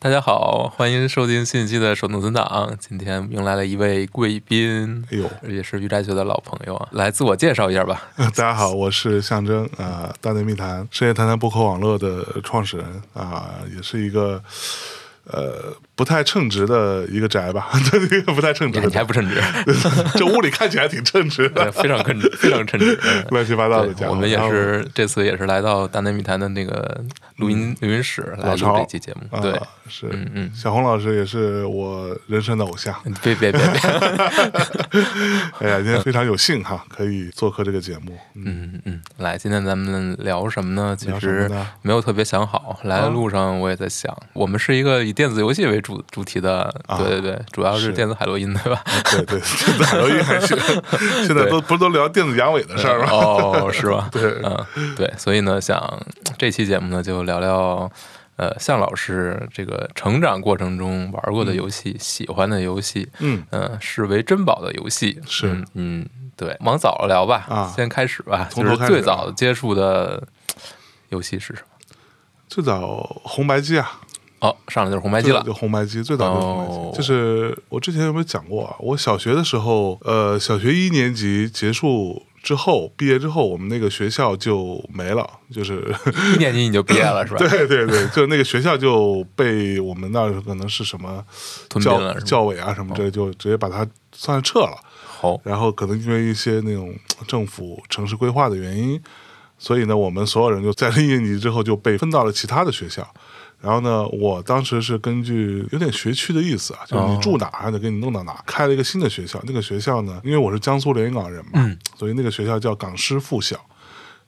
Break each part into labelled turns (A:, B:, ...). A: 大家好，欢迎收听新一期的手动存档。今天迎来了一位贵宾，
B: 哎呦，
A: 也是于大学的老朋友啊，来自我介绍一下 吧。
B: 大家好，我是象征啊、大内密谈深夜谈谈播客网络的创始人啊、也是一个呃不太称职的一个宅吧， 一个不太称职
A: 你
B: 的
A: 还
B: 宅，
A: 不称职，
B: 这屋里看起来挺称职
A: 对
B: 的，
A: 非常称职，非常称职。嗯
B: 乱七八糟的
A: 对
B: 家伙。
A: 我们也
B: 然后
A: 是这次也是来到大内密谈的那个录音录音室来
B: 嗯老
A: 录这
B: 巢
A: 期节目。
B: 啊
A: 对，
B: 是
A: 嗯嗯
B: 小红老师也是我人生的 偶像。
A: 别别别 别，
B: 哎呀，今天非常有幸哈，可以做客这个节目。嗯
A: 嗯嗯，来，今天咱们聊什么呢？其
B: 聊什么
A: 实
B: 呢啊
A: 没有特别想好，来的路上我也在想，我们是一个以电子游戏为主主题的，
B: 啊
A: 对对对，主要是
B: 是嗯
A: 电子海洛因，对吧？
B: 对 对，现在容易还是现在都不是都聊电子阳痿的 事儿吗？
A: 哦，是吧？
B: 对
A: 嗯，对，所以呢，想这期节目呢，就聊聊呃，向老师这个成长过程中玩过的游戏、喜欢的游戏，
B: 嗯
A: 嗯、视为珍宝的游戏，
B: 是
A: 嗯嗯，对，往早了聊吧，
B: 啊
A: 先开始吧，
B: 从
A: 就
B: 头
A: 是
B: 开始
A: 最
B: 啊
A: 早接触的游戏是什么？
B: 最早红白机啊，
A: 哦，上来就是红白机
B: 最早
A: 了
B: 就，红白机，最早就是红白机。
A: 哦
B: 就是我之前有没有讲过啊？我小学的时候，呃，小学一年级结束之后，毕业之后，我们那个学校就没了，就是
A: 一年级你就毕业了是吧？
B: 对对对，就那个学校就被我们那儿可能是什么
A: 吞并了
B: 教
A: 是吧
B: 教委啊什么之类，就直接把它算是撤了。
A: 好，
B: 然后可能因为一些那种呃政府城市规划的原因，所以呢，我们所有人就在一年级之后就被分到了其他的学校。然后呢，我当时是根据有点学区的意思啊，就是你
A: 哦
B: 住哪儿还得给你弄到哪儿，开了一个新的学校。那个学校呢，因为我是江苏连云港人嘛，
A: 嗯
B: 所以那个学校叫港师附小。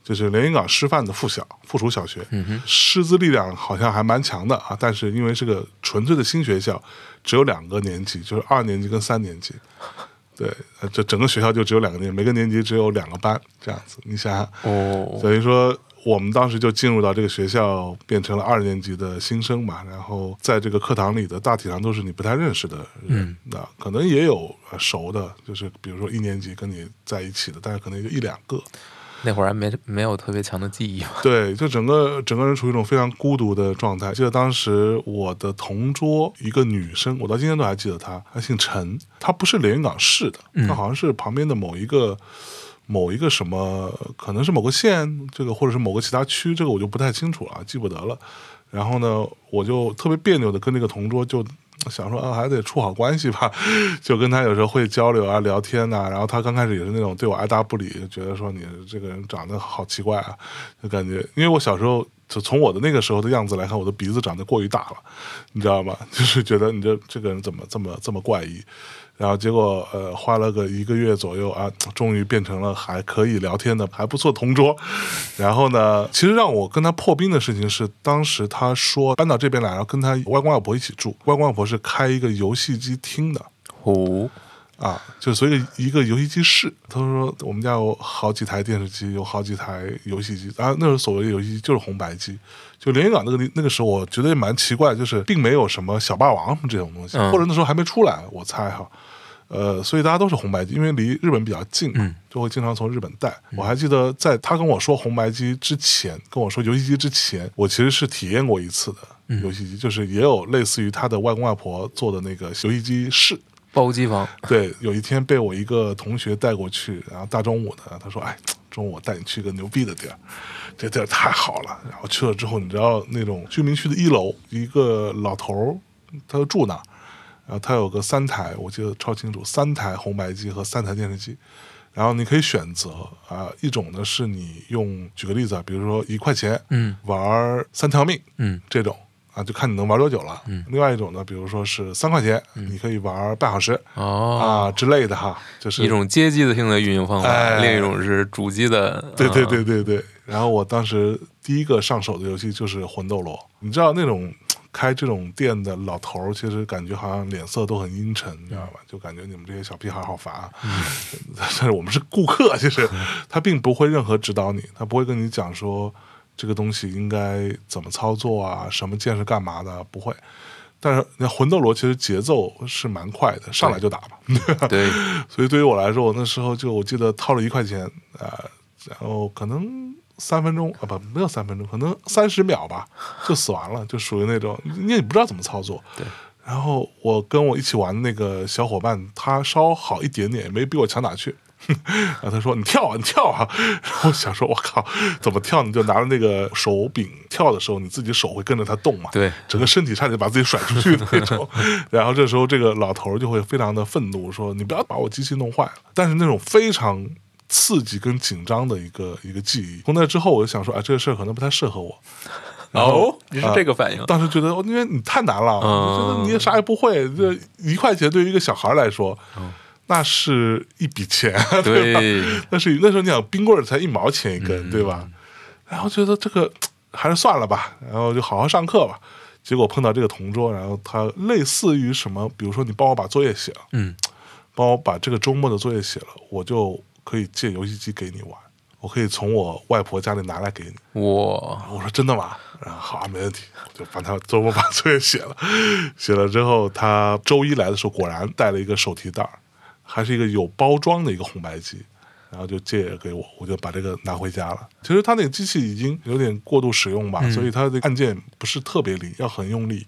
B: 就是连云港师范的附小附属小学，师资力量好像还蛮强的啊，但是因为是个纯粹的新学校，只有两个年级，就是二年级跟三年级，对，呃这整个学校就只有两个年级，每个年级只有两个班这样子，你想想，
A: 哦，
B: 等于说我们当时就进入到这个学校，变成了二年级的新生嘛。然后在这个课堂里的大体上都是你不太认识的人，那、可能也有呃熟的，就是比如说一年级跟你在一起的，但是可能也就一两个。
A: 那会儿还没没有特别强的记忆吧？
B: 对，就整个整个人处于一种非常孤独的状态。记得当时我的同桌一个女生，我到今天都还记得她，她姓陈，她不是连云港市的，她好像是旁边的某一个。某一个什么，可能是某个县，这个或者是某个其他区，这个我就不太清楚了，记不得了。然后呢，我就特别别扭的跟这个同桌就想说啊，还得处好关系吧， 就跟他有时候会交流啊、聊天呐、然后他刚开始也是那种对我爱答不理，就觉得说你这个人长得好奇怪啊，就感觉因为我小时候就从我的那个时候的样子来看，我的鼻子长得过于大了，你知道吗？ 就是觉得你这这个人怎么这么这么怪异。然后结果呃，花了个一个月左右啊，终于变成了还可以聊天的、还不错同桌。 然后呢，其实让我跟他破冰的事情是，当时他说搬到这边来，然后跟他外公外婆一起住。外公外婆是开一个游戏机厅的
A: 哦，
B: 啊，就所以一个游戏机室。他说我们家有好几台电视机，有好几台游戏机啊，那时候所谓的游戏机就是红白机。就连云港那个地那个时候，我觉得也蛮奇怪，就是并没有什么小霸王什么这种东西，
A: 嗯
B: 或者那时候还没出来，我猜哈。呃，所以大家都是红白机，因为离日本比较近嘛，就会经常从日本带。我还记得在他跟我说红白机之前，跟我说游戏机之前，我其实是体验过一次的游戏机，就是也有类似于他的外公外婆做的那个游戏机室。
A: 包机房，
B: 对，有一天被我一个同学带过去，然后大中午的，他说：“哎，中午我带你去个牛逼的地儿，这地儿太好了。”然后去了之后，你知道那种居民区的一楼，一个老头儿，他就呃住那儿，然后他有个三台，我记得超清楚，三台红白机和三台电视机。然后你可以选择啊、一种呢是你用，举个例子啊，比如说一块钱，
A: 嗯，
B: 玩儿三条命，
A: 嗯，
B: 这种啊，就看你能玩多久了。嗯，另外一种呢，比如说是三块钱，你可以啊玩半小时
A: 哦，
B: 啊之类的哈，就是
A: 一种阶级的性的运营方法，
B: 哎
A: 另一种是主机的，
B: 对对
A: 嗯
B: 对对对。然后我当时第一个上手的游戏就是《魂斗罗》，你知道那种开这种店的老头儿，其实感觉好像脸色都很阴沉，你知道
A: 嗯
B: 吧？就感觉你们这些小屁孩儿好烦啊。 但是我们是顾客，其 实他并不会任何指导你，他不会跟你讲说这个东西应该怎么操作啊，什么键是干嘛的，啊不会。但是那魂斗罗其实节奏是蛮快的，上来就打嘛，
A: 对，
B: 所以对于我来说，我那时候就我记得掏了一块钱啊、呃然后可能三分钟啊，不，没有三分钟，可能三十秒吧，就死完了，就属于那种你也不知道怎么操作。
A: 对。
B: 然后我跟我一起玩的那个小伙伴，他稍好一点点，也没比我强哪去。 然后他说：“你跳啊，你跳啊！”然后我想说：“我靠，怎么跳？你就拿着那个手柄跳的时候，你自己手会跟着它动嘛？
A: 对
B: 整个身体差点把自己甩出去的那 种。然后这时候这个老头儿就会非常的愤怒，说：“你不要把我机器弄坏了。”但是那种非常刺激跟紧张的一个一个记忆。从那之后，我就想说：“啊，这个事儿可能不太适合我。”然后啊
A: 哦，你是这个反应，
B: 当时觉得，哦因为你太难了，
A: 嗯
B: 我觉得你也啥也不会，这一块钱对于一个小孩来说，那是一笔钱，啊对吧？
A: 嗯对，
B: 那是那时候你想冰棍儿才一毛钱一根，对吧？然后觉得这个还是算了吧，然后就好好上课吧。结果碰到这个同桌，然后他类似于什么，比如说你帮我把作业写了，
A: 嗯，
B: 帮我把这个周末的作业写了，我就可以借游戏机给你玩，我可以从我外婆家里拿来给你。
A: 哇，
B: 我说真的吗？然后好啊，没问题，就把他周末把作业写了，写了之后，他周一来的时候果然带了一个手提袋儿，还是一个有包装的一个红白机，然后就借给我，我就把这个拿回家了。其实他那个机器已经有点过度使用吧，所以它的按键不是特别灵，要很用力。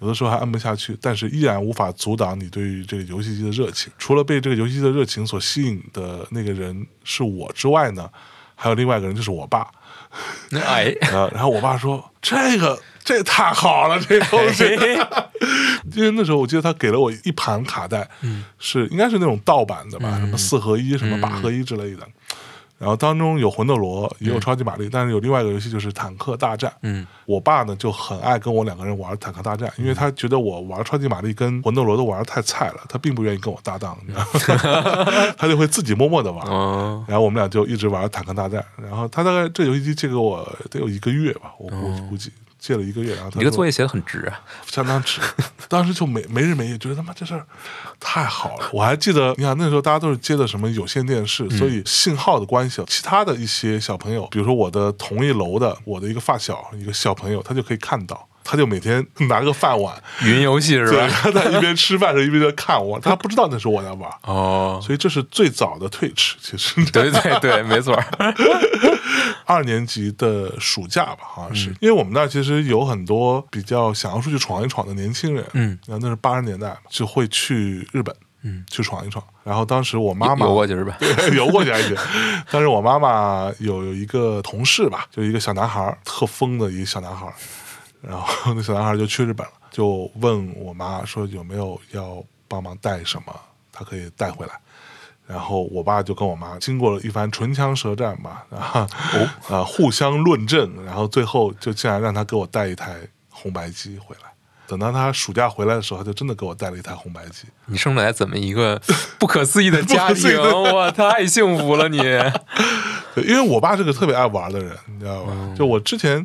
B: 有的时候还按不下去，但是依然无法阻挡你对于这个游戏机的热情。除了被这个游戏机的热情所吸引的那个人是我之外呢，还有另外一个人就是我爸。
A: 那 哎，
B: 啊，然后我爸说：“这个这太好了，这东西。 因为那时候我记得他给了我一盘卡带，是应该是那种盗版的吧，什么四合一、什么八合一之类的。然后当中有魂斗罗，也有超级玛丽，但是有另外一个游戏就是坦克大战。
A: 嗯，
B: 我爸呢就很爱跟我两个人玩坦克大战，因为他觉得我玩超级玛丽跟魂斗罗都玩得太菜了，他并不愿意跟我搭档，你知道吗？ 他就会自己默默的玩。
A: 哦，
B: 然后我们俩就一直玩坦克大战，然后他大概这游戏机借给我得有一个月吧，我估估计。借了一个月，然后
A: 哦
B: 他
A: 你这个作
B: 业
A: 业写的很值啊，
B: 相当值， 当时就没没日没夜，觉得他妈这事儿太好了。我还记得，你看那时候大家都是接的什么有线电视，
A: 嗯
B: 所以信号的关系，其他的一些小朋友，比如说我的同一楼的我的一个发小，一个小朋友，他就可以看到，他就每天 拿个饭碗，
A: 云游戏是
B: 对，
A: 吧？
B: 他在一边吃饭的时候一边在看我，他不知道那时候我在玩，
A: 哦，
B: 所以这是最早的 Twitch，其实
A: 对对 对，没错儿，
B: 二年级的暑假吧，好
A: 嗯
B: 像是，因为我们那儿其实有很多比较想要出去闯一闯的年轻人，
A: 嗯，
B: 然后那是八十年代嘛，就会去日本，
A: 嗯，
B: 去闯一闯。然后当时我妈妈
A: 游过去是吧？
B: 游过去还行，但是我妈妈有有一个同事吧，就一个小男孩儿，特疯的一个小男孩儿，然后那小男孩儿就去日本了，就问我妈说有没有要帮忙带什么，他可以带回来。然后我爸就跟我妈经过了一番唇枪舌战吧，啊，哦、啊，互相论证，然后最后就竟然让他给我带一台红白机回来。等到他暑假回来的时候，他就真的给我带了一台红白机。
A: 你生出来怎么一个不可思议的家
B: 不可思议
A: 庭？
B: 的
A: 哇，太幸福 了你！
B: 对，因为我爸是个特别爱玩的人，你知道吧？
A: 嗯
B: 就我之前，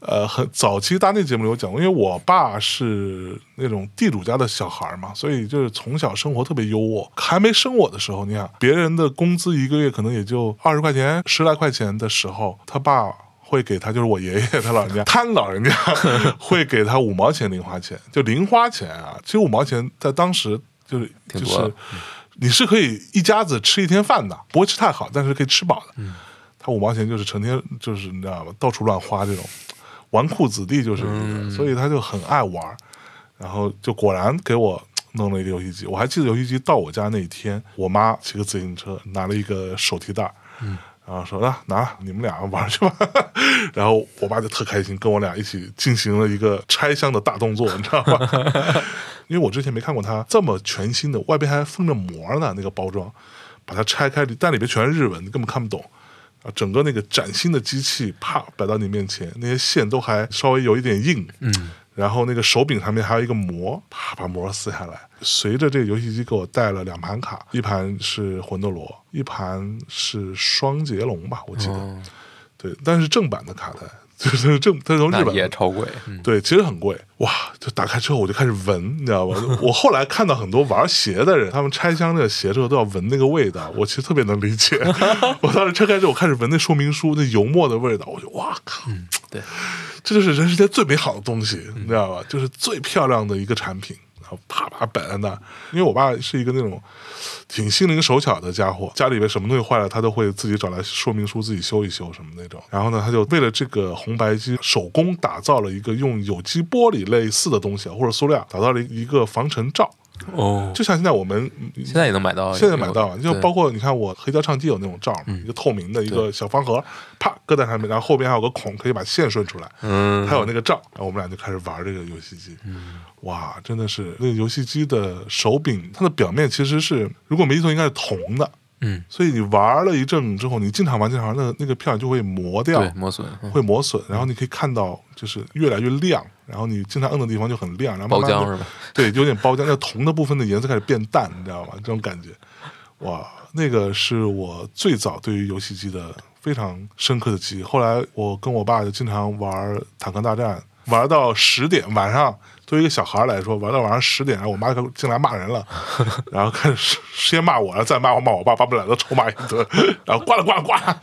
B: 呃，很早期大内节目里有讲过，因为我爸是那种地主家的小孩嘛，所以就是从小生活特别优渥。还没生我的时候，你想别人的工资一个月可能也就二十块钱、十来块钱的时候，他爸。会给他，就是我爷爷他老人家 贪 老人家会给他五毛钱零花钱，就零花钱啊，其实五毛钱在当时就是
A: 挺
B: 就
A: 多
B: 是你是可以一家子吃一天饭的，不会吃太好，但是可以吃饱的。他五毛钱就是成天就是你知道吧，到处乱花这种，纨绔子弟就是一个，所以他就很爱玩儿，然后就果然给我弄了一个游戏机。我还记得游戏机到我家那一天，我妈骑个自行车拿了一个手提袋儿，然后说啊拿你们俩玩儿去吧，然后我爸就特开心，跟我俩一起进行了一个拆箱的大动作，你知道吧？ 因为我之前没看过它这么全新的，外边还封着膜呢，那个包装，把它拆开，但里边全是日文，你根本看不懂。啊，整个那个崭新的机器啪摆到你面前，那些线都还稍微有一点硬，嗯，然后那个手柄上面还有一个膜，啪把膜撕下来。随着这个游戏机给我带了两盘卡，一盘是魂斗罗，一盘是双截龙吧，我记得，
A: 哦
B: 对，但是正版的卡带， 就是正，它是从日
A: 那
B: 本
A: 也超贵，嗯，
B: 对，其实很贵哇！就打开之后我就开始闻，你知道吧？ 我后来看到很多玩鞋的人，他们拆箱那个鞋之后都要闻那个味道，我其实特别能理解。 我当时拆开之后，我开始闻那说明书那油墨的味道，我就哇靠！
A: 对，
B: 这就是人世间最美好的东西，你知道吧？就是最漂亮的一个产品。然后啪啪摆在那儿。因为我爸是一个那种挺心灵手巧的家伙，家里边什么东西坏了，他都会自己找来说明书自己修一修什么那种。然后呢，他就为了这个红白机手工打造了一个用有机玻璃类似的东西啊或者塑料打造了一个防尘罩，
A: 哦，
B: 就像现在我们
A: 现在也能买到，
B: 现在买到了，就
A: 对嗯
B: 包括你看我黑胶唱机有那种罩嘛，一个透明的一个小方盒，啪搁在上面，然后后边还有个孔可以把线顺出来，
A: 嗯，
B: 还有那个罩，然后我们俩就开始玩这个游戏机，哇，真的是那个游戏机的手柄，它的表面其实是如果没记错应该是铜的，
A: 嗯，
B: 所以你玩了一阵之后，你经常玩经常玩，那个那个片儿就会磨掉
A: 对，，磨损，嗯
B: 会磨损，然后你可以看到就是越来越亮，然后你经常摁的地方就很亮，然后
A: 包
B: 慢慢
A: 浆
B: 地
A: 是吧？
B: 对，有点包浆，那铜的部分的颜色开始变淡，你知道吗？这种感觉，哇，那个是我最早对于游戏机的非常深刻的记忆。后来我跟我爸就经常玩《坦克大战》，玩到十点晚上。对于一个小孩来说，玩到晚上十点，然后我妈就进来骂人了，然后开始 先骂我，然后再骂我骂我爸，把我们俩都臭骂一顿，然后挂了挂了挂了。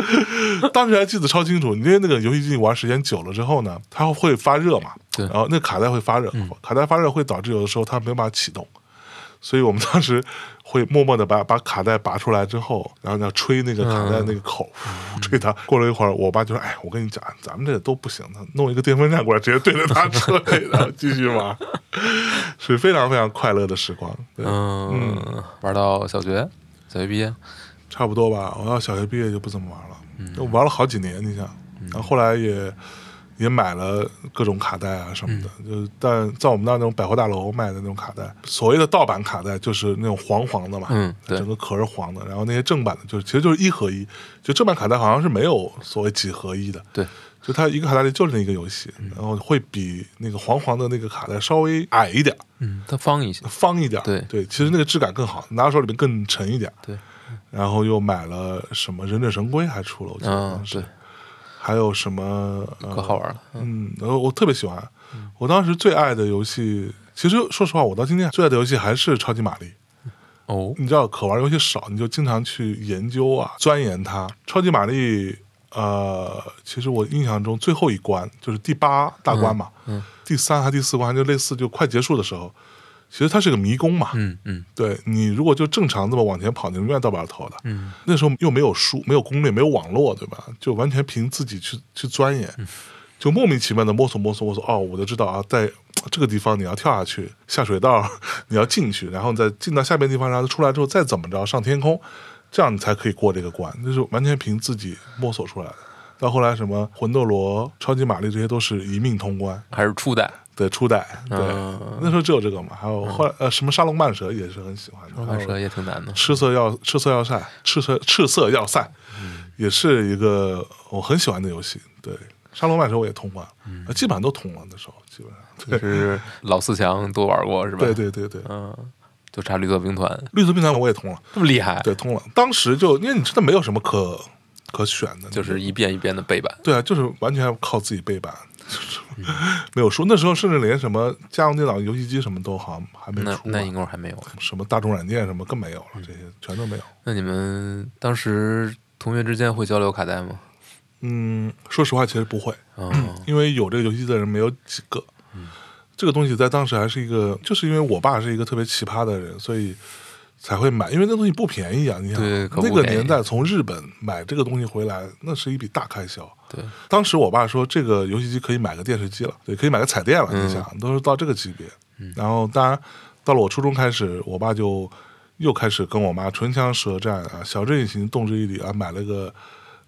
B: 当时还记得超清楚，因为那个游戏机玩时间久了之后呢，它会发热嘛，
A: 对
B: 然后那卡带会发热，卡带发热会导致有的时候它没办法启动，所以我们当时会默默的把把卡带拔出来之后，然后呢吹那个卡带那个口，吹它。过了一会儿，我爸就说：“哎，我跟你讲，咱们这都不行，他弄一个电风扇过来，直接对着它吹，然后继续玩，是非常非常快乐的时光。”对，
A: 嗯，玩到小学，小学毕业，
B: 差不多吧。我要小学毕业就不怎么玩了，
A: 嗯
B: 就玩了好几年，你想，然后后来也也买了各种卡带啊什么的，
A: 嗯
B: 就但在我们那儿那种百货大楼卖的那种卡带，所谓的盗版卡带就是那种黄黄的嘛，
A: 嗯对
B: 整个壳是黄的，然后那些正版的就是其实就是一合一，就正版卡带好像是没有所谓几合一的，
A: 对，嗯
B: 就它一个卡带里就是那个游戏，然后会比那个黄黄的那个卡带稍微矮一点儿，
A: 嗯，它方一些，
B: 方一点儿，
A: 对
B: 对，其实那个质感更好，拿到手里面更沉一点儿，
A: 对，
B: 然后又买了什么《忍者神龟》还出了，我记得
A: 嗯
B: 当，时
A: 对，
B: 还有什么、呃、
A: 可好玩了，嗯
B: 嗯，然后我特别喜欢，我当时最爱的游戏，其实说实话，我到今天最爱的游戏还是超级玛丽。
A: 哦，
B: 你知道，可玩游戏少，你就经常去研究啊，钻研它。超级玛丽，呃，其实我印象中最后一关就是第八大关嘛，
A: 嗯嗯
B: 第三还第四关，就类似就快结束的时候，其实它是个迷宫嘛，
A: 嗯嗯
B: 对你如果就正常这么往前跑，你永远到不了头的。
A: 嗯，
B: 那时候又没有书，没有攻略，没有网络，对吧？就完全凭自己去去钻研，就莫名其妙的摸索摸索摸索。哦，我就知道啊，在这个地方你要跳下去，下水道你要进去，然后再进到下边地方，然后出来之后再怎么着上天空，这样你才可以过这个关。那是完全凭自己摸索出来的。到后来什么魂斗罗、超级玛丽这些都是一命通关。
A: 还是初代，
B: 对，初代，对，
A: 嗯
B: 那时候只有这个嘛，还有后来、呃，什么沙龙曼蛇也是很喜欢的，
A: 慢慢说也挺难的，
B: 赤色要赤色要塞，赤色赤色要塞，
A: 嗯
B: 也是一个我很喜欢的游戏。对，沙龙曼蛇我也通关，呃基本上都通了那时候，基本上。
A: 嗯就
B: 对
A: 是老四强都玩过是吧？
B: 对，对对对，
A: 嗯，就差绿色兵团
B: 绿色兵团我也通了，
A: 这么厉害，
B: 对，通了。当时就因为你真的没有什么可可选的，
A: 就是一遍一遍的背板，
B: 对啊，就是完全靠自己背板，就是
A: 嗯
B: 没有书。那时候甚至连什么家用电脑、游戏机什么都好像还没
A: 那
B: 出
A: 那
B: 嘛，
A: 应该还没有。
B: 什么大众软件什么更没有了，
A: 嗯
B: 这些全都没有。
A: 那你们当时同学之间会交流卡带吗？
B: 嗯，说实话，其实不会。
A: 哦，
B: 因为有这个游戏的人没有几个。
A: 嗯
B: 这个东西在当时还是一个，就是因为我爸是一个特别奇葩的人，所以才会买，因为那东西不便宜啊！你想
A: 对可不
B: 那个
A: 便宜
B: 年代从日本买这个东西回来，那是一笔大开销。
A: 对，
B: 当时我爸说，这个游戏机可以买个电视机了，对，可以买个彩电了。
A: 嗯
B: 你想，都是到这个级别。然后，当然，到了我初中开始，我爸就又开始跟我妈唇枪舌战啊，小镇隐形、动之以理啊，买了个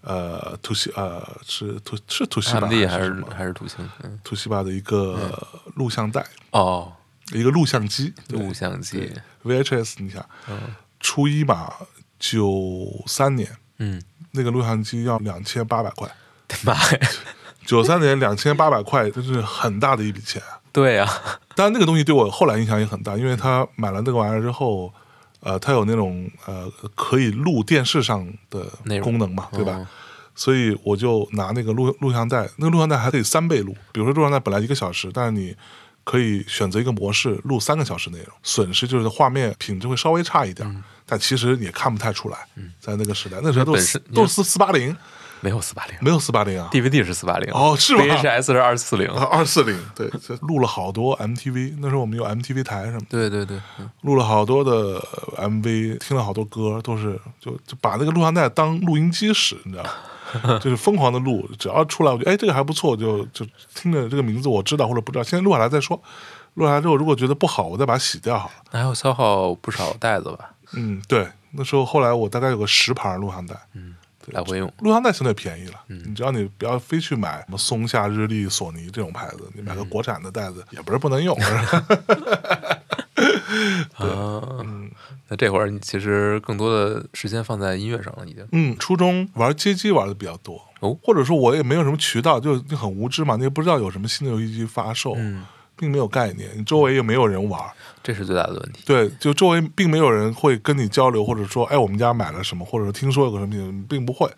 B: 呃图西呃是图是图西吧
A: AMD 还
B: 还什
A: 是嗯
B: 么
A: 还是土星？嗯，
B: 图西吧的一个录像带，
A: 哦，
B: 一个录像机，
A: 录像机，
B: VHS，你想，
A: 嗯
B: 初一吧，九三年
A: 嗯，
B: 那个录像机要两千八百块，
A: 他妈呀，
B: 九三年两千八百块，真是很大的一笔钱啊。
A: 对呀，
B: 当然，那个东西对我后来影响也很大，因为他买了那个玩意儿之后，呃，它有那种呃可以录电视上的
A: 内容
B: 功能嘛，对吧？
A: 嗯
B: 所以我就拿那个录录像带，那个录像带还可以三倍录，比如说录像带本来一个小时，但是你可以选择一个模式录三个小时内容，损失就是画面品质会稍微差一点，但其实也看不太出来，在那个时代，那时候都
A: 本
B: 是
A: 身
B: 都是四四八零。
A: 没有四八零
B: 没有四八零啊，
A: ，DVD 是四八零，
B: 哦是吗哦
A: ？VHS 是二四零，
B: 二四零，对，这录了好多 MTV，那时候我们有 MTV 台什么的，
A: 对对对，嗯
B: 录了好多的呃 MV，听了好多歌，都是就就把那个录像带当录音机使，你知道吗？就是疯狂的录，只要出来我觉得哎这个还不错，就就听着这个名字我知道或者不知道，先录下来再说。录下来之后如果觉得不好，我再把它洗掉好了。
A: 那还要消耗不少袋子吧，
B: 嗯，对，那时候后来我大概有个十盘录像带，
A: 来回用。
B: 录像带相对便宜了，你只要你不要非去买什么松下、日立、索尼这种牌子，你买个国产的袋子也不是不能用。嗯
A: 啊，那这会儿你其实更多的时间放在音乐上了，已经。
B: 嗯，初中玩街机玩的比较多，
A: 哦
B: 或者说我也没有什么渠道，就就很无知嘛，你也不知道有什么新的游戏机发售，
A: 嗯，
B: 并没有概念，你周围也没有人玩，
A: 这是最大的问题。
B: 对，就周围并没有人会跟你交流，或者说，哎，我们家买了什么，或者说听说有个什么东西，并不会，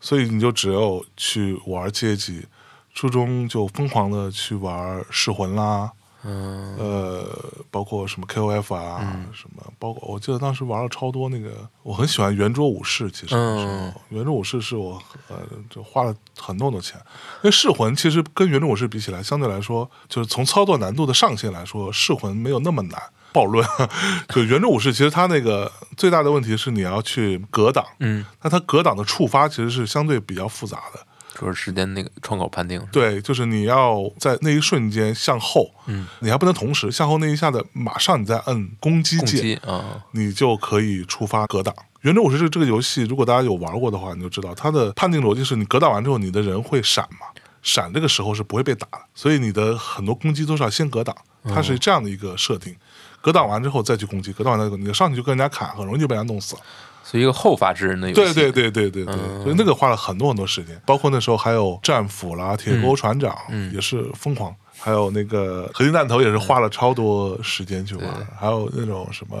B: 所以你就只有去玩街机。初中就疯狂的去玩噬魂啦，
A: 嗯，
B: 呃，包括什么 KOF 啊，什么，包括我记得当时玩了超多那个，我很喜欢圆桌武士，其实那时候、
A: 嗯
B: 圆桌武士是我呃就花了很多很多钱，因为噬魂其实跟圆桌武士比起来，相对来说就是从操作难度的上限来说，噬魂没有那么难。暴论， 就圆桌武士其实它那个最大的问题是你要去格挡，
A: 嗯，
B: 那它格挡的触发其实是相对比较复杂的，
A: 主要是时间那个窗口判定是吧。
B: 对，就是你要在那一瞬间向后，
A: 嗯，
B: 你还不能同时向后那一下子，马上你再摁攻击
A: 共
B: 键，
A: 击啊，
B: 你就可以触发格挡。圆周武士这个这个游戏，如果大家有玩过的话，你就知道它的判定逻辑是你格挡完之后，你的人会闪嘛，闪这个时候是不会被打的，所以你的很多攻击都是要先格挡，它是这样的一个设定。格挡完之后再去攻击，格挡完再攻击，你上去就跟人家砍，很容易就被人家弄死了。
A: 所以一个后发制人的游
B: 对
A: 戏。嗯
B: 对对对对对，所以那个花了很多很多时间，包括那时候还有战斧啦、铁钩船长，
A: 嗯
B: 也是疯狂。还有那个合金弹头也是花了超多时间去玩，还有那种什么、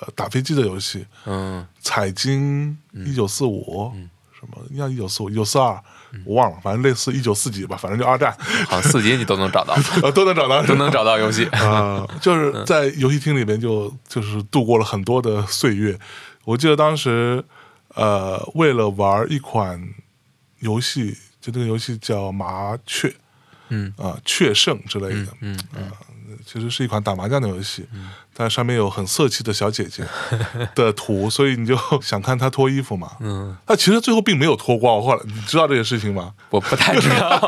B: 呃打飞机的游戏，
A: 嗯，
B: 彩金一九四五，什么像一九四五、一九四二，
A: 嗯
B: 我忘了，反正类似一九四几吧，反正就 二战，
A: 好像四级你都能找 到，
B: 呃，都能找到，
A: 都能找到游戏。
B: 啊、
A: 嗯
B: 就是在游戏厅里面就就是度过了很多的岁月。我记得当时，呃，为了玩一款游戏，就这个游戏叫《麻雀》，
A: 嗯
B: 啊、雀圣之类的，啊
A: 嗯
B: 其实是一款打麻将的游戏，但上面有很色气的小姐姐的图，所以你就 想看她脱衣服嘛。
A: 嗯，
B: 她其实最后并没有脱光，我后来你知道这个事情吗？
A: 我不太知道。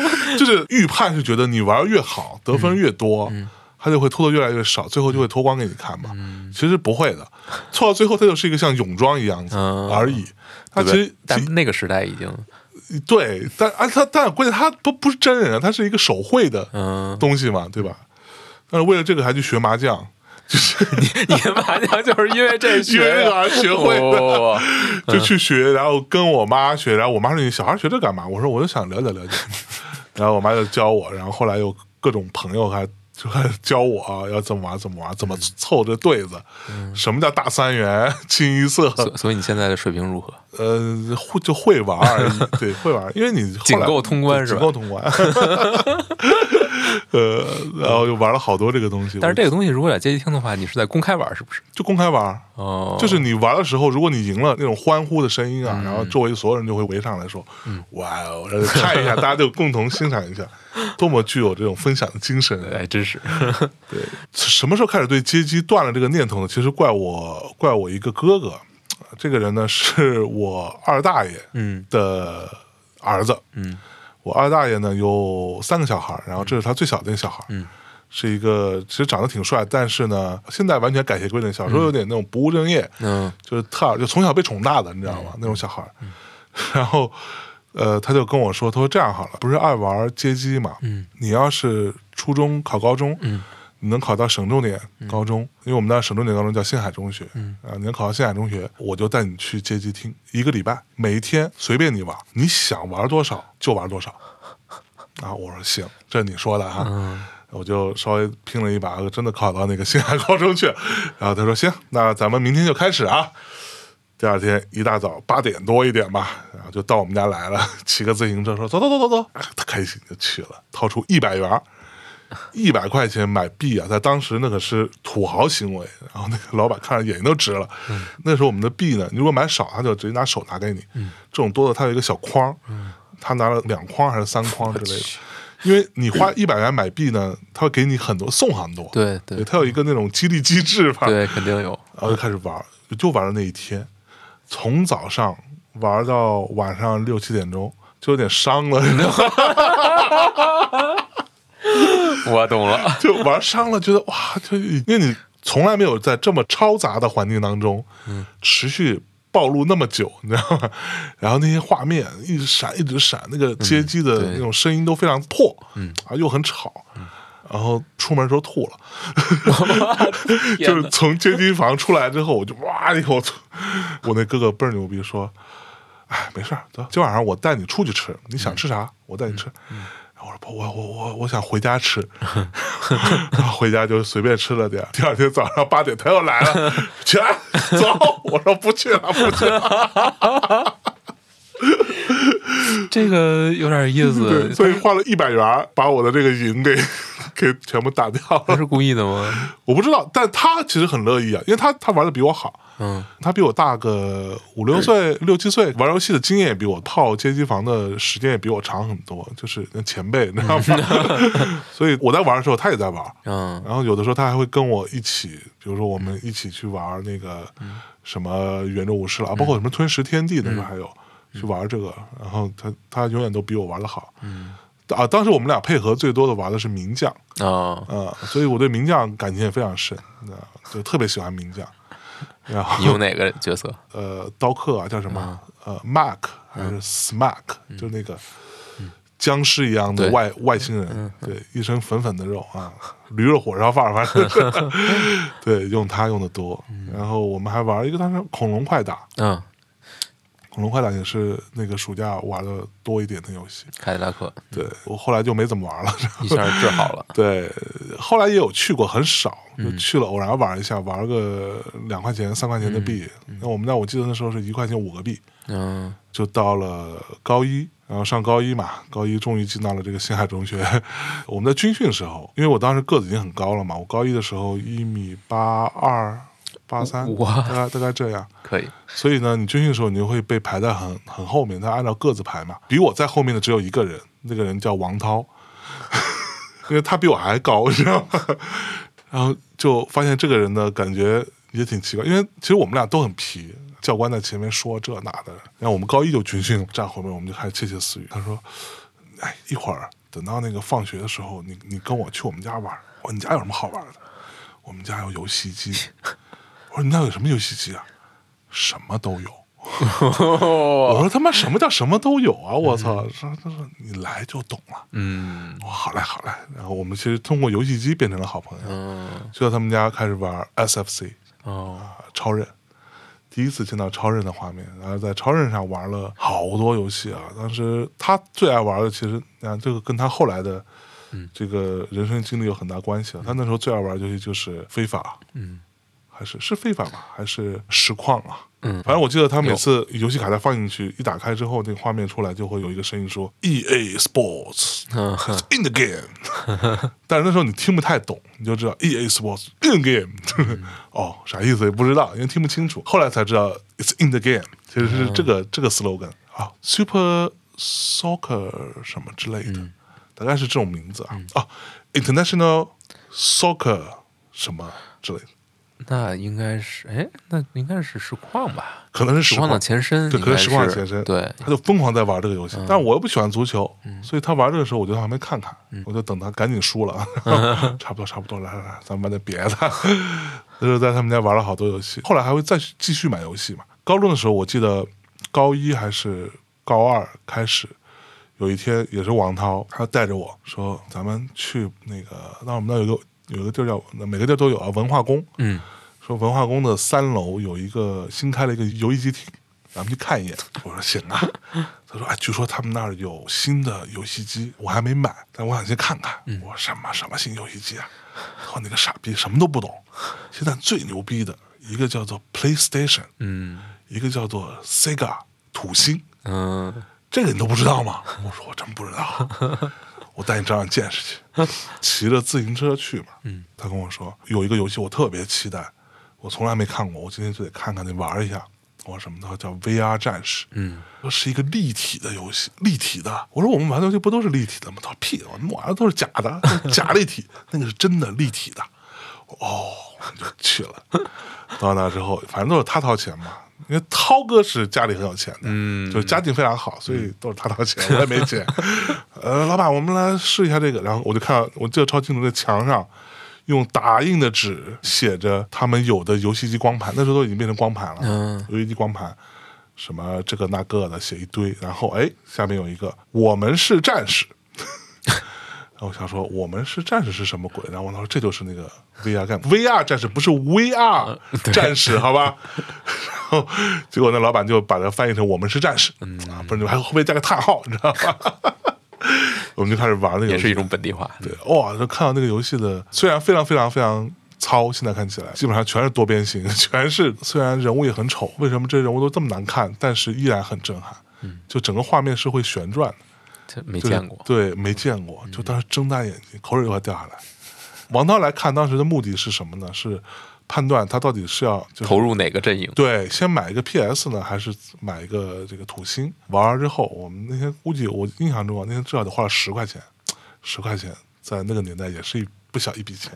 B: 就是预判是觉得你玩越好，得
A: 嗯
B: 分越多，他就会脱的越来越少，最后就会脱光给你看嘛。
A: 嗯
B: 其实不会的，脱到最后它就是一个像泳装一样子
A: 嗯
B: 而已。它
A: 对
B: 其
A: 吧
B: 实
A: 但那个时代已经，
B: 其对，但啊，它但关键它不不是真人啊，它是一个手绘的
A: 嗯，
B: 东西嘛，对吧？但是为了这个还去学麻将，
A: 你的麻将就是因为这学
B: 因为这个而学会 的
A: 哦
B: 就去学，然后跟我妈学，然后我妈说：“你小孩学这干嘛？”我说：“我就想了解了解。”然后我妈就教我，然后后来有各种朋友还就还教我啊，要怎么玩怎么玩，怎
A: 嗯
B: 么凑这对子，什么叫大三元、 清一色，
A: 哦所所以你现在的水平如何？
B: 呃，会就会玩而已，对，会玩，因为你后
A: 仅
B: 来
A: 够通关
B: 对
A: 是吧
B: 仅够通 关。呃，然后又玩了好多这个东西，
A: 但是
B: 我
A: 这个东西如果在街机厅的话，你是在公开玩是不是？
B: 就公开玩，
A: 哦，嗯
B: 就是你玩的时候，如果你赢了，那种欢呼的声音啊，然后周围所有人就会围上来说：“哇哦！”然后看一下，大家就共同欣赏一下， 多么具有这种分享的精神。
A: 哎，真 是，
B: 什么时候开始对街机断了这个念头呢？其实怪我，怪我一个哥哥，这个人呢是我二大爷
A: 嗯
B: 的儿子。
A: 嗯
B: 我二大爷呢有三个小孩儿，然后这是他最小的那个小孩儿，
A: 嗯
B: 是一个其实长得挺帅，但是呢现在完全改邪归正，小时候有点那种不务正业，
A: 嗯
B: 就是特尔就从小被宠大的，你知道吗？那种小孩儿。然后，呃，他就跟我说，他说这样好了，不是爱玩街机嘛，
A: 嗯
B: 你要是初中考高中，
A: 嗯
B: 你能考到省重点高中，因为我们那省重点高中叫县海中学，
A: 嗯
B: 啊，你能考到县海中学，我就带你去街机厅一个礼拜，每一天随便你玩，你想玩多少就玩多少。啊，我说行，这是你说的哈。
A: 嗯
B: 我就稍微拼了一把，真的考到那个新海高中去。然后他说：“行，那咱们明天就开始啊。”第二天一大早八点多一点吧，然后就到我 们家来了，骑个自行车说：“走走走走走。”他开心就去了，掏出一百元儿，一百块钱买币啊，在当时那可是土豪行为。然后那个老板看着眼睛都直了。那时候我们的币呢，你如果买少，他就直接拿手拿给你。
A: 嗯
B: 这种多的，他有一个小筐，他拿了两筐还是三筐之类 的。因为你花一百元买币呢，他会给你很多，送很多。
A: 对对
B: 他有一个那种激励机制吧。
A: 对，肯定有。
B: 然后就开始玩，就玩了那一天，从早上玩到晚上六七点钟，就有点伤了，你知道吗
A: 我懂了，
B: 就玩伤了，觉得哇，就因为你从来没有在这么嘈杂的环境当中，
A: 嗯
B: 持续暴露那么久，你知道吗？ 然后那些画面一直闪，一直闪，那个街机的
A: 对
B: 那种声音都非常破，嗯啊，又很吵。然后出门的时候吐了，
A: 嗯 天
B: 就
A: 哪
B: 是从街机房出来之后，我就哇一口吐。我那哥哥倍儿牛逼，说：“哎，没事儿，走，今晚上我带你出去吃，你
A: 嗯
B: 想吃啥，我带你吃。然后我说不，我我我我想回家吃，然后回家就随便吃了点儿。第二天早上八点他又来了，起来走，我说不去了，不去了。
A: 这个有点意
B: 对，
A: 思。
B: 所以花了一百元把我的这个瘾给给全部打掉
A: 他
B: 了。
A: 是故意的吗？
B: 我不知道，但他其实很乐意啊，因为他他玩的比我好，
A: 嗯，
B: 他比我大个五六岁、六七岁，玩游戏的经验也比我，泡街机房的时间也比我长很多，就是前辈，你知道吗？ 所以我在玩的时候，他也在玩。
A: 嗯，
B: 然后有的时候他还会跟我一起，比如说我们一起去玩那个什么《圆周武士》了，啊包括什么《吞食天地》那时候还有、去玩这个。然后他他永远都比我玩的好。嗯。啊，当时我们俩配合最多的玩的是名将，
A: 啊，
B: 啊，所以我对名将感情也非常深，啊，就特别喜欢名将。然后
A: 你有哪个角色？
B: 呃刀客啊，叫什么、呃 Mark 还是 Smack，、就那个僵尸一样的
A: 对
B: 外外星人，对，一身粉粉的肉啊，驴肉火烧饭儿，反正 对，用它用的多。然后我们还玩一个，当时恐龙快打，
A: 嗯，
B: 恐龙快打也是那个暑假玩的多一点的游戏。
A: 凯迪拉克
B: 对我后来就没怎么玩了。
A: 一下治好了。
B: 对，后来也有去过，很少，就去了偶然玩一下，玩个两块钱、三块钱的币。那我们那我记得那时候是一块钱五个币，
A: 嗯，
B: 就到了高一，然后上高一嘛，高一终于进到了这个星海中学。 我们在军训时候，因为我当时个子已经很高了嘛，我高一的时候一米八二、八三，
A: 哇
B: 大概大概这样。
A: 可以。
B: 所以呢，你军训的时候，你就会被排在很很后面，他按照个子排嘛。比我在后面的只有一个人，那个人叫王涛， 因为他比我还高，你知道吗？ 然后就发现这个人呢，感觉也挺奇怪，因为其实我们俩都很皮。教官在前面说这那的，然后我们高一就军训，站后面我们就开始窃窃私语。他说：“哎，一会儿等到那个放学的时候，你你跟我去我们家玩。我说你家有什么好玩的？我们家有游戏机。我说你家有什么游戏机啊？什么都 有。
A: 哦，
B: 我说他妈什么叫什么都有啊！我操！说他说你来就懂了。
A: 嗯
B: 我说好嘞好嘞。然后我们其实通过游戏机变成了好朋友，
A: 嗯，
B: 去到他们家开始玩 SFC
A: 哦，
B: 啊、超任。第一次见到超任的画面，然后在超任上玩了好多游戏啊。当时他最爱玩的，其实啊，这个跟他后来的
A: 嗯
B: 这个人生经历有很大关系啊。他那时候最爱玩的游戏就是非法，
A: 嗯
B: 还是是非法吧，还是实况啊？
A: 嗯
B: 反正我记得他每次游戏卡带放进去，一打开之后，那个画面出来就会有一个声音说 “E A Sports
A: 嗯
B: is in the game”，但 是那时候你听不太懂，你就知道 “E A Sports in the game”，哦， 啥意思也不知道，因为听不清楚。后来才知道 “It's in the game”，其实是这个这个 slogan 啊，Super Soccer 什么之类的，大概是这种名字啊啊，International Soccer 什么之类的。
A: 那应该是，哎，那应该是实况吧？
B: 可能是
A: 实
B: 实
A: 况
B: 况
A: 的前身，
B: 对，
A: 应
B: 可
A: 该
B: 能
A: 是
B: 实况的前身，
A: 对，嗯
B: 他就疯狂在玩这个游戏，但我又不喜欢足球，所以他玩这个时候，我就在旁边看看，
A: 嗯
B: 我就等他赶紧 输了，差不多差不多，来来来，咱们玩点别的。 就是在他们家玩了好多游戏，后来还会再去继续买游戏嘛。高中的时候，我记得高一还是高二开始，有一天也是王涛，他带着我说，咱们去那个，那我们那有一个有一个地儿叫每个地儿都有啊，文化宫，
A: 嗯，
B: 说文化宫的三楼有一个新开了一个游戏机厅，咱们去看一眼。我说行啊， 他说哎，据说他们那儿有新的游戏机，我还没买，但我想先看看。我说什么什么新游戏机啊？他说那个傻逼什么都不懂。现在最牛逼的一个叫做 PlayStation，
A: 嗯
B: 一个叫做 Sega 土星，
A: 嗯
B: 这个你都不知道吗？我说我真不知道。 我带你长长见识去，骑着自行车去吧。
A: 嗯，
B: 他跟我说有一个游戏我特别期待，我从来没看过，我今天就得看看，得玩一下。我说什么？他说叫 VR 战士。
A: 嗯，
B: 说是一个立体的游戏，立体的。我说我们玩的游戏不都是立体的吗？他说屁，我们玩的都是假的，都是假立体， 那个是真的立体的。哦，就去了。 到那之后，反正都是他掏钱嘛，因为涛哥是家里很有钱的，
A: 嗯
B: 就是家境非常好，所以都是他掏钱， 我也没钱。呃，老板，我们来试一下这个。然后我就看到，我记得超清楚，在墙上用打印的纸写着他们有的游戏机光盘，那时候都已经变成光盘了，
A: 嗯
B: 游戏机光盘。什么这个那个的写一堆，然后哎，下面有一个我们是战士，然后我想说，我们是战士是什么鬼？然后我他说这就是那个 VR 战 VR 战士，不是 VR 战士，好吧？ 然后结果那老板就把它翻译成我们是战士，啊，不是还后面加个叹号，你知道吧？ 我们就开始玩那个游
A: 也
B: 戏
A: 是一种本地化。
B: 对，哇！就看到那个游戏的，虽然非常非常非常糙，现在看起来基本上全是多边形， 全是虽然人物也很丑，为什么这人物都这么难看，但是依然很震撼。嗯，就整个画面是会旋转的，
A: 这没
B: 就是
A: 见过，嗯
B: 对，没见过，就当时睁大眼睛，口水都快掉下来。王涛来看当时的目的是什么呢？是判断他到底是要就是
A: 投入哪个阵营？
B: 对，先买一个 PS 呢，还是买一个这个土星？玩完之后，我们那天估计我印象中啊，那天至少得花了十块钱，十块钱在那个年代也是一不小一笔钱。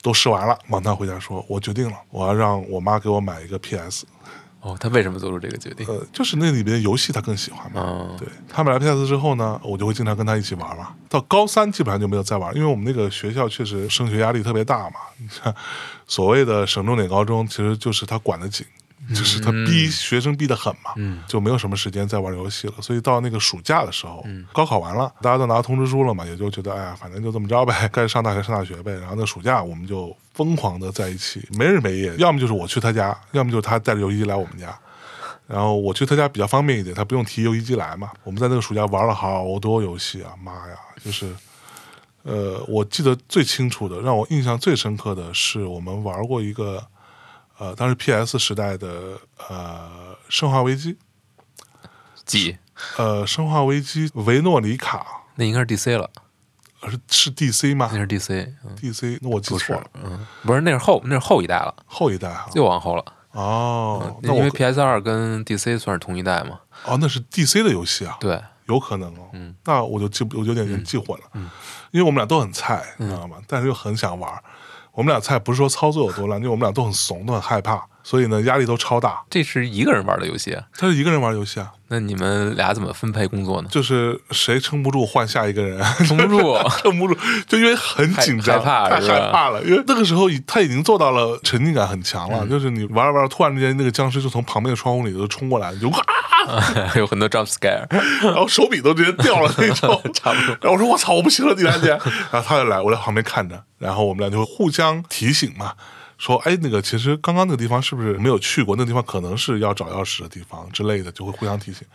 B: 都试完了，王涛回家说：“我决定了，我要让我妈给我买一个 PS。
A: 哦，他为什么做出这个决定？
B: 呃，就是那里面的游戏她更喜欢嘛。
A: 嗯，
B: 对他买了 PS 之后呢，我就会经常跟他一起玩了。到高三基本上就没有再玩，因为我们那个学校确实升学压力特别大嘛。 你看，所谓的省重点高中，其实就是他管得紧，就是他逼学生逼得很嘛，
A: 嗯
B: 就没有什么时间再玩游戏了。所以到那个暑假的时候，
A: 嗯
B: 高考完了，大家都拿到通知书了嘛，也就觉得哎呀，反正就这么着呗， 该上大学上大学呗。然后那暑假我们就疯狂的在一起，没日没夜，要么就是我去他家，要么就是他带着游戏机来我们家。然后我去他家比较方便一点，他不用提游戏机来嘛。我们在那个暑假玩了好多游戏啊，妈呀，就是，呃，我记得最清楚的，让我印象最深刻的是我们玩过一个，呃，当时 PS 时代的呃《生化危机》，
A: 几？
B: 呃，《生化危机》维诺里卡
A: 那应该是 DC 了，
B: 呃是是 DC 吗
A: 那是 DC，嗯，
B: ？DC，那我记
A: 不是
B: 错了，，
A: 嗯，不是，那是后，那是后一代了，
B: 后一代哈、
A: 又往后了。
B: 哦，那
A: 呃因
B: 我
A: 为 PS 二跟 DC 算是同一代嘛。
B: 哦，那是 DC 的游戏啊。
A: 对，
B: 有可能哦，
A: 嗯
B: 那我就记不，我有点记混了，因为我们俩都很菜，你
A: 嗯
B: 知道吗？但是又很想玩儿。我们俩菜不是说操作有多烂，因为我们俩都很怂，都很害怕，所以呢压力都超大。
A: 这是一个人玩的游戏啊，
B: 他是一个人玩游戏啊，？
A: 那你们俩怎么分配工作呢
B: 就是谁撑不住换下一个人，
A: 撑不住，
B: 撑不住，就因为很紧张，
A: 害害怕
B: 太
A: 是吧
B: 害怕了。因为那个时候已他已经做到了沉浸感很强
A: 嗯
B: 了，就是你玩着玩着，突然之间那个僵尸就从旁边的窗户里头冲过来，你就啊，
A: 有很多 jump scare，
B: 然后手柄都直接掉了那种，
A: 差不多
B: 然后我说我操，我不行了，你来姐。 然后他就来，我在旁边看着，然后我们俩就会互相提醒嘛，说哎，那个其实刚刚那个地方是不是没有去过？那地方可能是要找钥匙的地方之类的，就会互相提醒。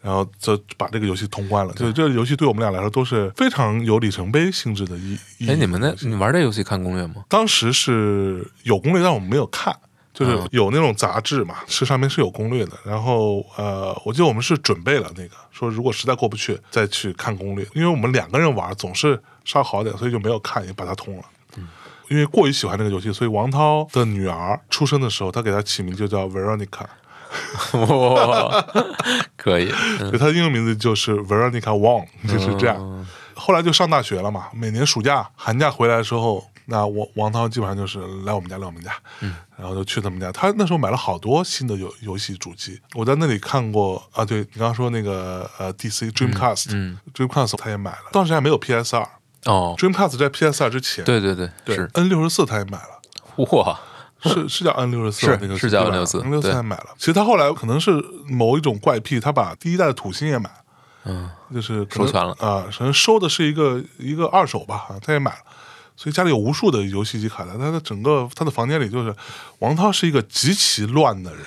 B: 然后就把这个游戏通关了，就这个游戏对我们俩来说都是非常有里程碑性质的意意义。
A: 哎，你们那你玩这游戏看攻略 吗？
B: 当时是有攻略，但我们没有看，就是有那种杂志嘛，是上面是有攻略的。然后呃，我记得我们是准备了那个，说如果实在过不去再去看攻略，因为我们两个人玩总是稍好点，所以就没有看，也把它通了。因为过于喜欢这个游戏，所以王涛的女儿出生的时候，他给她起名就叫 Veronica，
A: 哇， 可以，嗯
B: 就她的英文名字就是 Veronica Wang，就是这样。后来就上大学了嘛，每年暑假、寒假回来的时候，那王王涛基本上就是来我们家，来我们家，
A: 嗯
B: 然后就去他们家。他那时候买了好多新的游游戏主机，我在那里看过啊。对你刚刚说那个呃，DC Dreamcast，Dreamcast、
A: 嗯
B: Dreamcast 他也买了，当时还没有 PS 二
A: 哦，
B: ，Dreamcast 在 PS 二之前，
A: 对对对，
B: 对
A: 是
B: N 六十四他也买了。
A: 哇，
B: 是是叫 N 六十四
A: 是
B: 那个
A: 是叫 N64
B: N 六四
A: 对
B: 还买了。其实他后来可能是某一种怪癖，他把第一代的土星也买了，
A: 嗯，
B: 就是可能
A: 收全了
B: 啊，可能收的是一个一个二手吧，啊他也买了。所以家里有无数的游戏机卡带，他的整个他的房间里就是王涛是一个极其乱的人，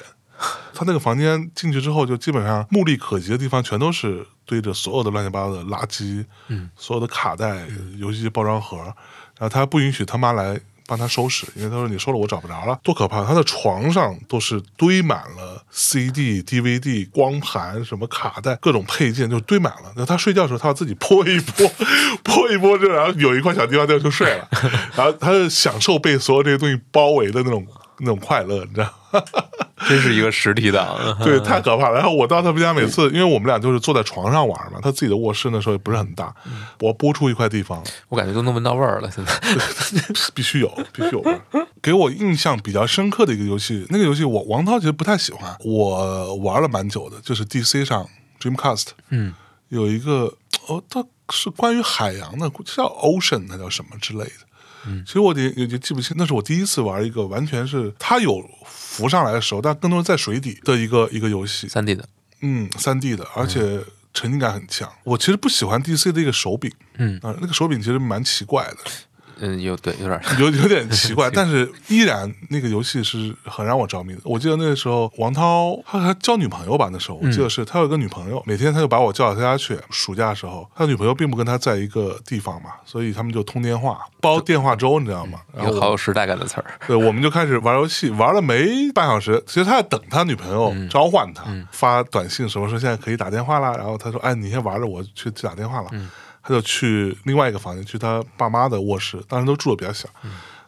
B: 他那个房间进去之后，就基本上目力可及的地方全都是堆着所有的乱七八糟的垃圾，嗯，所有的卡带、游戏机包装盒，然后他不允许他妈来把帮他收拾，因为他说你收了我找不着了，多可怕！他的床上都是堆满了 CD、DVD、光盘、什么卡带、各种配件，就堆满了。那他睡觉的时候，他要自己拨一 拨，拨一拨，这然后有一块小地方掉就睡了，然后他就享受被所有这些东西包围的那种那种快乐，你知道吗。
A: 真是一个实体 党。
B: 对，太可怕了。然后我到他们家，每次因为我们俩就是坐在床上玩嘛，他自己的卧室那时候也不是很大，我拨出一块地方，
A: 我感觉都能闻到味儿了。现在
B: 必须有，必须有味儿。给我印象比较深刻的一个游戏，那个游戏我王涛其实不太喜欢，我玩了蛮久的，就是 DC 上 Dreamcast，
A: 嗯，
B: 有一个哦，它是关于海洋的，叫 Ocean，它叫什么之类的。其实我也也也记不清，那是我第一次玩一个完全是它有浮上来的时候，但更多是在水底的一个一个游戏。
A: 三 D 的，
B: 嗯，三 D 的，而且沉浸感很强。我其实不喜欢 DC 的一个手柄，
A: 嗯
B: 啊、那个手柄其实蛮奇怪的，
A: 嗯，有对，有点儿
B: 有 有点奇怪，但是依然那个游戏是很让我着迷的。我记得那时候王涛他还交女朋友吧，那时候我记得是他有一个女朋友，每天他就把我叫到他家去。暑假的时候，他女朋友并不跟他在一个地方嘛，所以他们就嗯通电话，煲电话粥，你知道吗？然后
A: 有
B: 我
A: 好有时代感的词儿。
B: 对，我们就开始玩游戏，玩了没半小时，其实他在等他女朋友召唤他，发短信什么说现在可以打电话啦，然后他说，哎，你先玩着，我去去打电话了，他就去另外一个房间，去他爸妈的卧室，当时都住的比较小，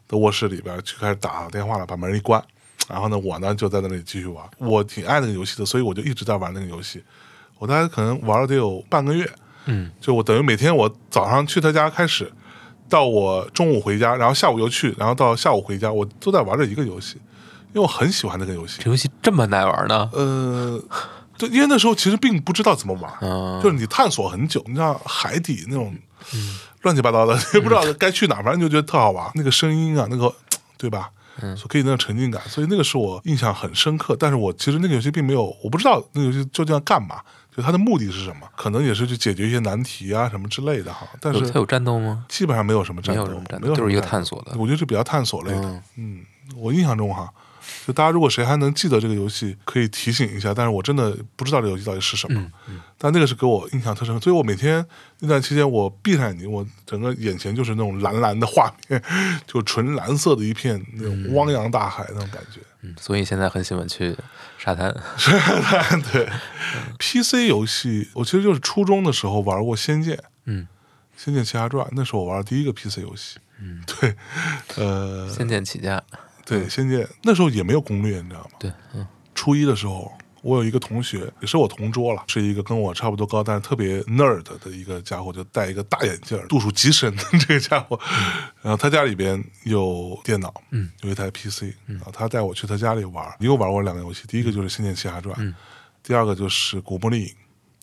B: 的卧室里边去开始打电话了，把门一关，然后呢，我呢就在那里继续玩，我挺爱那个游戏的，所以我就一直在玩那个游戏，我大概可能玩了得有半个月，
A: 嗯，
B: 就我等于每天我早上去他家开始，到我中午回家，然后下午又去，然后到下午回家，我都在玩这一个游戏，因为我很喜欢那个游戏。
A: 这游戏这么耐玩呢？
B: 呃，对，因为那时候其实并不知道怎么玩，
A: 嗯
B: 就是你探索很久，你知道海底那种乱七八糟的，也不知道该去哪儿，反正就觉得特好玩。那个声音啊，那个对吧？嗯，所以给你那种沉浸感，所以那个是我印象很深刻。但是我其实那个游戏并没有，我不知道那个游戏究竟要干嘛，就它的目的是什么，可能也是去解决一些难题啊什么之类的哈。但
A: 有
B: 是
A: 它有战斗吗？
B: 基本上没有什么
A: 没
B: 战斗，
A: 有
B: 没
A: 什
B: 有
A: 么战
B: 什么
A: 就是一个
B: 战
A: 探索的。
B: 我觉得是比较探索类的。嗯我印象中哈，就大家如果谁还能记得这个游戏，可以提醒一下。但是我真的不知道这游戏到底是什么。但那个是给我印象特深，所以我每天那段期间，我闭上眼睛，我整个眼前就是那种蓝蓝的画面， 就纯蓝色的一片那种汪洋大海那种感觉。
A: 嗯，所以现在很喜欢去沙滩。
B: 对，PC 嗯游戏，我其实就是初中的时候玩过《仙剑》。
A: 嗯，
B: 《仙剑奇侠传》那是我玩的第一个 PC 游戏。嗯，对，呃，
A: 仙剑起家，
B: 对，《仙剑》那时候也没有攻略，你知道吗？
A: 对，嗯，
B: 初一的时候，我有一个同学，也是我同桌了，是一个跟我差不多高，但是特别 nerd 的一个家伙，就戴一个大眼镜儿，度数极深的这个家伙。然后他家里边有电脑，嗯，有一台 PC，然后他带我去他家里玩儿，一共玩过两个游戏，第一个就是《仙剑奇侠传》，第二个就是《古墓丽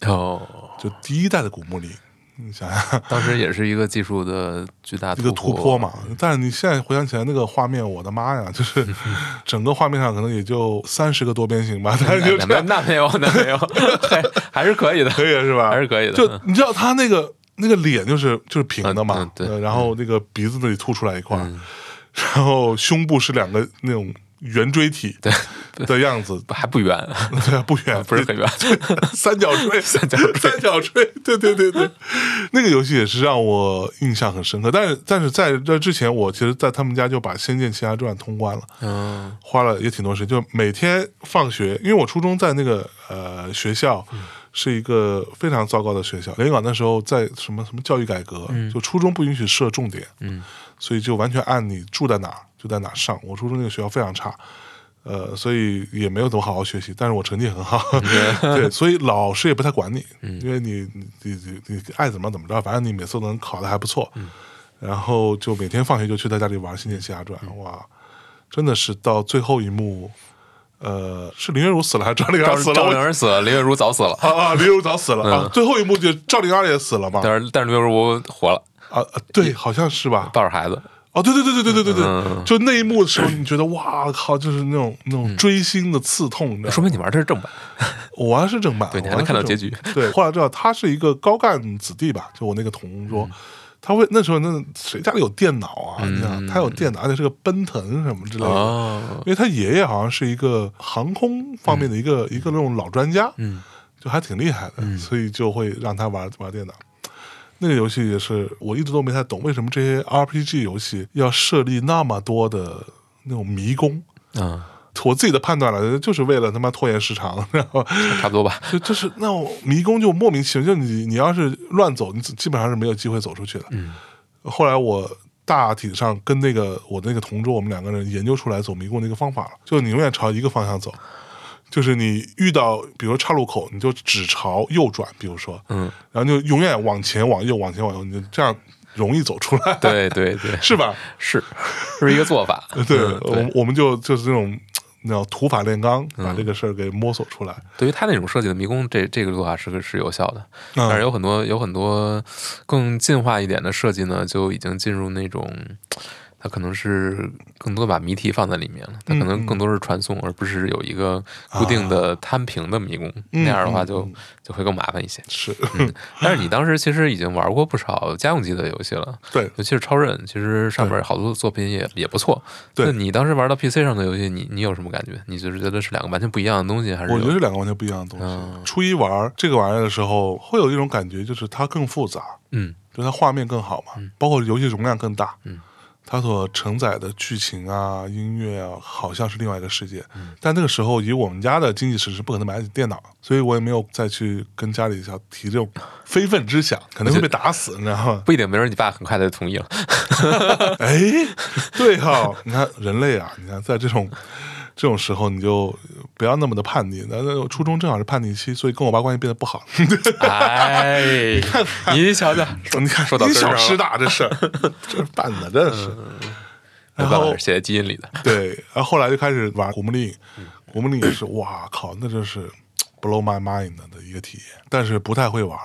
B: 影
A: 哦，》，
B: 就第一代的《古墓丽影》。你想想，
A: 当时也是一个技术的巨大
B: 一个突
A: 突
B: 破。嘛。但是你现在回想起来，那个画面，我的妈呀，就是 整个画面上可能也就三十个多边形吧，但是就
A: 那
B: 这
A: 没
B: 样
A: 那没有，那 没有，还还是可以的，
B: 可以是吧？
A: 还是可以的。
B: 就你知道他那个那个脸就是就是平的嘛，
A: 嗯嗯对嗯
B: 呃然后那个鼻子那里凸出来一块儿，然后胸部是两个那种圆锥体的样子，
A: 还不远，
B: 对啊，不远，
A: 不是 很远。
B: 三角锥， 三角锥，三角锥，对对对对，那个游戏也是让我印象很深刻。但是但是在这之前，我其实，在他们家就把《仙剑奇侠传》通关了，
A: 嗯，
B: 花了也挺多时间，就每天放学，因为我初中在那个呃学校。是一个非常糟糕的学校。连云港那时候在什么什么教育改革，就初中不允许设重点，
A: 嗯
B: 所以就完全按你住在哪儿就在哪儿上。我初中那个学校非常差，呃，所以也没有怎么好好学习，但是我成绩很好， 对，嗯所以老师也不太管你，因为你你你你你爱怎么怎么着，反正你每次都能考得还不错。然后就每天放学就去他家里玩《仙剑奇侠传》，哇，真的是到最后一幕，呃，是林月如死了还是赵丽
A: 赵
B: 颖死了？
A: 赵
B: 我
A: 灵儿死了，林月如早死了，
B: 啊啊！林如早死了、啊，最后一幕就赵灵儿也死了嘛？
A: 但是但是林月如活了，
B: 啊，啊对，好像是吧？
A: 抱着孩子。
B: 哦，对对对对对对对对，
A: 嗯
B: 就那一幕的时候，你觉得哇靠，就是那种那种锥心的刺痛，你知道
A: 说
B: 吗？
A: 明你玩的是正版，
B: 我玩的是正版，
A: 嗯对你还
B: 我
A: 能
B: 玩的是
A: 看到
B: 正
A: 结局。
B: 对，后来知道他是一个高干子弟吧，就我那个同桌，
A: 嗯
B: 他会那时候那谁家里有电脑啊？你想他有电脑，而且是个奔腾什么之类的。
A: 哦，
B: 因为他爷爷好像是一个航空方面的一个、一个那种老专家，嗯，就还挺厉害的，所以就会让他玩玩电脑。那个游戏也是我一直都没太懂，为什么这些 RPG 游戏要设立那么多的那种迷宫？
A: 嗯，
B: 我自己的判断了，就是为了他妈拖延时长，然后
A: 差不多 吧。
B: 就就是那种迷宫就莫名其妙，就你你要是乱走，你基本上是没有机会走出去的。
A: 嗯，
B: 后来我大体上跟那个我那个同桌，我们两个人研究出来走迷宫的一个方法了，就是你永远朝一个方向走，就是你遇到比如岔路口，你就只朝右转，比如说，
A: 嗯，
B: 然后就永远往前往右往前往右，你就这样容易走出来，
A: 对对 对，
B: 是吧？
A: 是是一个做法。
B: 对，
A: 嗯
B: 我们
A: 对，
B: 我们就就是这种。那种土法炼钢，
A: 嗯
B: 把这个事儿给摸索出来。
A: 对于他那种设计的迷宫，这这个做法是是有效的。
B: 嗯
A: 但是有很多有很多更进化一点的设计呢，就已经进入那种，它可能是更多把谜题放在里面了，它可
B: 嗯
A: 能更多是传送，而不是有一个固
B: 啊
A: 定的摊平的迷宫，
B: 嗯
A: 那样的话就、就会更麻烦一些。
B: 是，
A: 但是你当时其实已经玩过不少家用机的游戏了，
B: 对，
A: 尤其是超任，其实上面好多作品也也不错。
B: 对
A: 那你当时玩到 PC 上的游戏，你你有什么感觉？你就是觉得是两个完全不一样的东西，还是
B: 我觉得
A: 有
B: 是两个完全不一样的东西。
A: 嗯
B: 初一玩这个玩意儿的时候，会有一种感觉，就是它更复杂，
A: 嗯
B: 就它画面更好嘛，包括游戏容量更大，
A: 嗯，
B: 它所承载的剧情啊、音乐啊，好像是另外一个世界。
A: 嗯
B: 但那个时候，以我们家的经济实是不可能买得起电脑，所以我也没有再去跟家里想提这种 非分之想，可能会被打死，你知道吗？
A: 不一定，没准你爸很快就同意了。
B: 哎，对哈、你看人类啊，你看在这种这种时候，你就不要那么的叛逆。那那初中正好是叛逆期，所以跟我爸关系变得不好。
A: 哎，你瞧瞧，
B: 你看，
A: 说到
B: 因
A: 根儿上
B: 小
A: 了
B: 失大这事儿， 这办的真是。
A: 没
B: 然
A: 办
B: 后
A: 法，写在基因里的。
B: 对，然后后来就开始玩《古墓丽影》，《古墓丽影》是哇靠，那就是 blow my mind 的一个体验，但是不太会玩，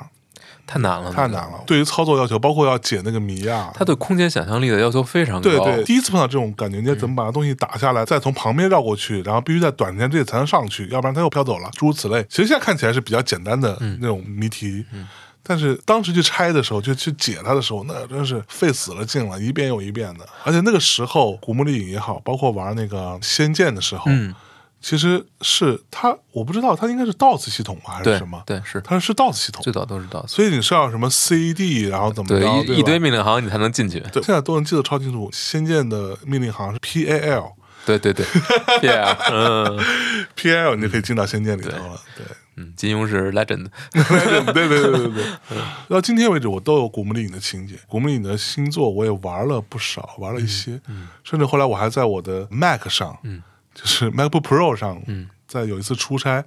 A: 太难了，
B: 太难。了。对于操作要求，包括要解那个谜啊，
A: 他对空间想象力的要求非常高。
B: 对对，第一次碰到这种感觉，你要怎么把东西打下来，再从旁边绕过去，然后必须在短时间之内才能上去，要不然它又飘走了，诸如此类。其实现在看起来是比较简单的
A: 嗯
B: 那种谜题。但是当时去拆的时候，就去解它的时候，那真是费死了劲了，一遍又一遍的。而且那个时候，《古墓丽影》也好，包括玩那个《仙剑》的时候，
A: 嗯，
B: 其实是它，我不知道它应该是 DOS 系统吧，还是
A: 对
B: 什么？
A: 对是，
B: 它是 DOS 系统，
A: 最早都是到此。
B: 所以你是要什么 CD，然后怎么着，
A: 对
B: 对
A: 一一
B: 吧
A: 堆命令行你才能进去。
B: 对，现在都能记得超清楚。《仙剑》的命令行是 P A L。
A: 对 对对对啊，嗯
B: P L 你就可以进到《仙剑》里头了，对，
A: 嗯，金庸是 legend。
B: 对对对对对对。到今天为止，我都有《古墓丽影》的情节，《古墓丽影》的星座我也玩了不少，玩了一些，甚至后来我还在我的 Mac 上，就是 MacBook Pro 上，在有一次出差，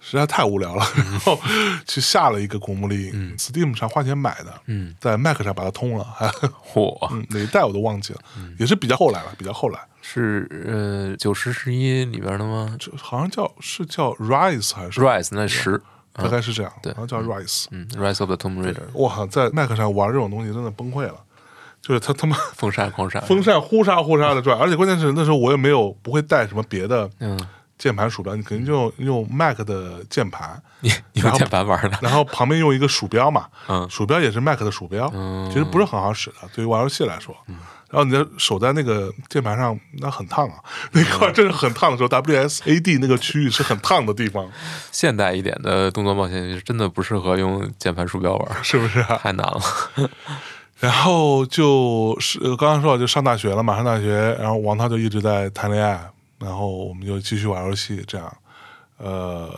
B: 实在太无聊了，然后去下了一个《古墓丽影》，Steam 上花钱买的，
A: 嗯
B: 在 Mac 上把它通了，还
A: 嚯，
B: 嗯哪一代我都忘记了，也是比较后来了，比较后来。
A: 是呃九十十一里边的吗
B: 就好像叫是叫 Rise 还是
A: ？Rise 那十，
B: 大概是这样，
A: 啊对
B: 好像叫 Rise。
A: 嗯，Rise of the Tomb Raider，
B: 哇，在 Mac 上玩这种东西真的崩溃了，就是它他妈
A: 风扇狂闪。
B: 风扇呼沙呼沙 的转，而且关键是那时候我也没有不会带什么别的
A: 嗯，
B: 键盘鼠标，你肯定就用 Mac 的键盘，
A: 你你用
B: 然后
A: 键盘玩的？
B: 然后旁边用一个鼠标嘛，
A: 嗯
B: 鼠标也是 Mac 的鼠标，
A: 嗯
B: 其实不是很好使的，对于玩游戏来说。然后你的手在那个键盘上，那很烫啊，那块
A: 嗯
B: 儿真是很烫的时候，WSAD 那个区域是很烫的地方，
A: 现代一点的动作冒险游戏真的不适合用键盘鼠标玩，
B: 是不是、啊？
A: 太难了。
B: 然后就是呃刚刚说到就上大学了嘛，上大学，然后王涛就一直在谈恋爱，然后我们就继续玩游戏，这样。呃，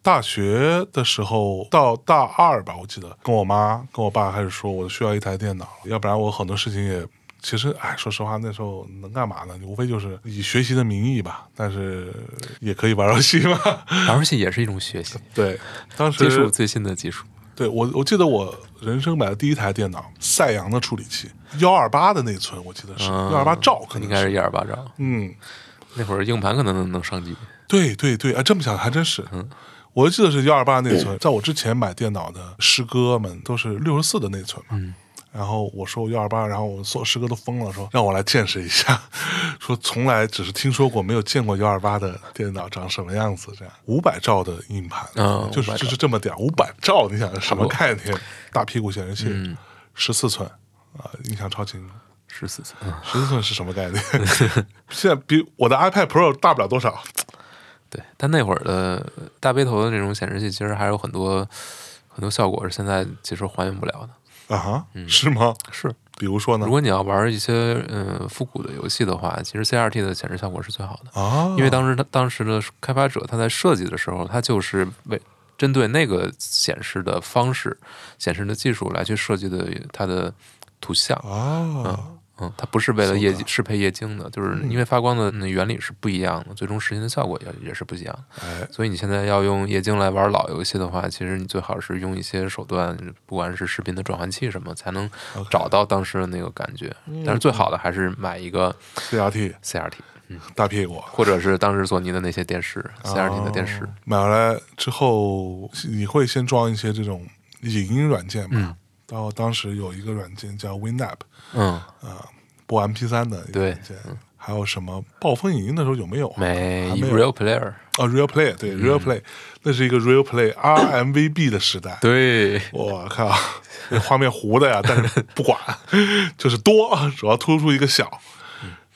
B: 大学的时候到大二吧，我记得跟我妈跟我爸开始说，我需要一台电脑，要不然我很多事情也。其实，哎，说实话，那时候能干嘛呢？无非就是以学习的名义吧，但是也可以玩游戏嘛。
A: 玩游戏也是一种学习，
B: 对，当
A: 接
B: 时
A: 触最新的技术。
B: 对我，我记得我人生买的第一台电脑，赛扬的处理器，幺二八的内存，我记得是幺二八兆，可
A: 嗯应
B: 能
A: 该
B: 是。
A: 是一二八兆，
B: 嗯，
A: 那会儿硬盘可能能能上 G，
B: 对对对，哎，这么想还真是。我就记得是幺二八内存，在我之前买电脑的师哥们都是六十四的内存嘛。然后我说幺二八，然后我所有师哥都疯了，说让我来见识一下， 说从来只是听说过，没有见过幺二八的电脑长什么样子，这样五百兆的硬盘，
A: 嗯
B: 就是
A: 500
B: 就是这么点五百兆，你想什
A: 不多
B: 么概念？大屁股显示器，十四寸啊，印象超清楚。
A: 十四寸，嗯
B: 十四寸是什么概念？ 现在比我的 iPad Pro 大不了多少。
A: 对。但那会儿的大背头的那种显示器，其实还有很多很多效果是现在其实还原不了的。
B: 啊哈，是吗？
A: 是，
B: 比如说呢
A: 嗯如？果你要玩一些嗯复古的游戏的话，其实 CRT 的显示效果是最好的，
B: 啊，
A: 因为当时他当时的开发者他在设计的时候，他就是为针对那个显示的方式、显示的技术来去设计的它的图像。
B: 啊，
A: 嗯，它不是为了液
B: 是的
A: 适配液晶的，就是因为发光的嗯原理是不一样的，最终实现的效果也也是不一样的。
B: 哎，
A: 所以你现在要用液晶来玩老游戏的话，其实你最好是用一些手段，不管是视频的转换器什么，才能
B: OK 嗯
A: 找到当时的那个感觉。但是最好的还是买一个
B: CRT
A: CRT，
B: 大屁股。
A: 或者是当时索尼的那些电视 CRT 的电视嗯
B: 哦。买回来之后，你会先装一些这种影音软件嘛？然后当时有一个软件叫 WinApp，哦
A: 嗯，
B: 播 MP 3的一个
A: 对嗯
B: 软件。还有什么暴风影音的时候有没有啊？
A: 没嗯
B: 还没有
A: Real Player，
B: 啊，Real Play 对 Real Play，那是一个 Real Play RMVB 的时代。
A: 对，
B: 我靠，那画面糊的呀， 但是不管，就是多， 主要突出一个小。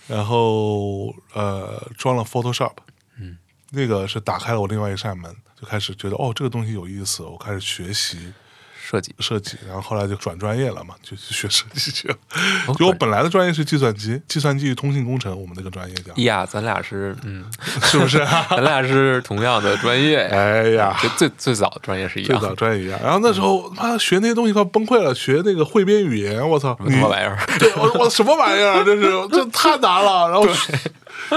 B: 然后呃，装了 Photoshop，
A: 嗯，
B: 那个是打开了我另外一扇门，就开始觉得哦，这个东西有意思，我开始学习
A: 设计。
B: 设计，然后后来就转专业了嘛，就去学设计去了。
A: 哦
B: 就我本来的专业是计算机，计算机与通信工程，我们那个专业 叫，
A: 哎呀，咱俩是嗯，
B: 是不是 啊？
A: 咱俩是同样的专业 呀。
B: 哎呀，
A: 最最最早的专业是一
B: 最
A: 样
B: 早
A: 的，啊
B: 专业一样。然后那时候妈学那些东西快崩溃了，学那个汇编语言，我操，
A: 什
B: 你
A: 么玩意儿？
B: 对，我我什么玩意儿啊？这是这太难了。然后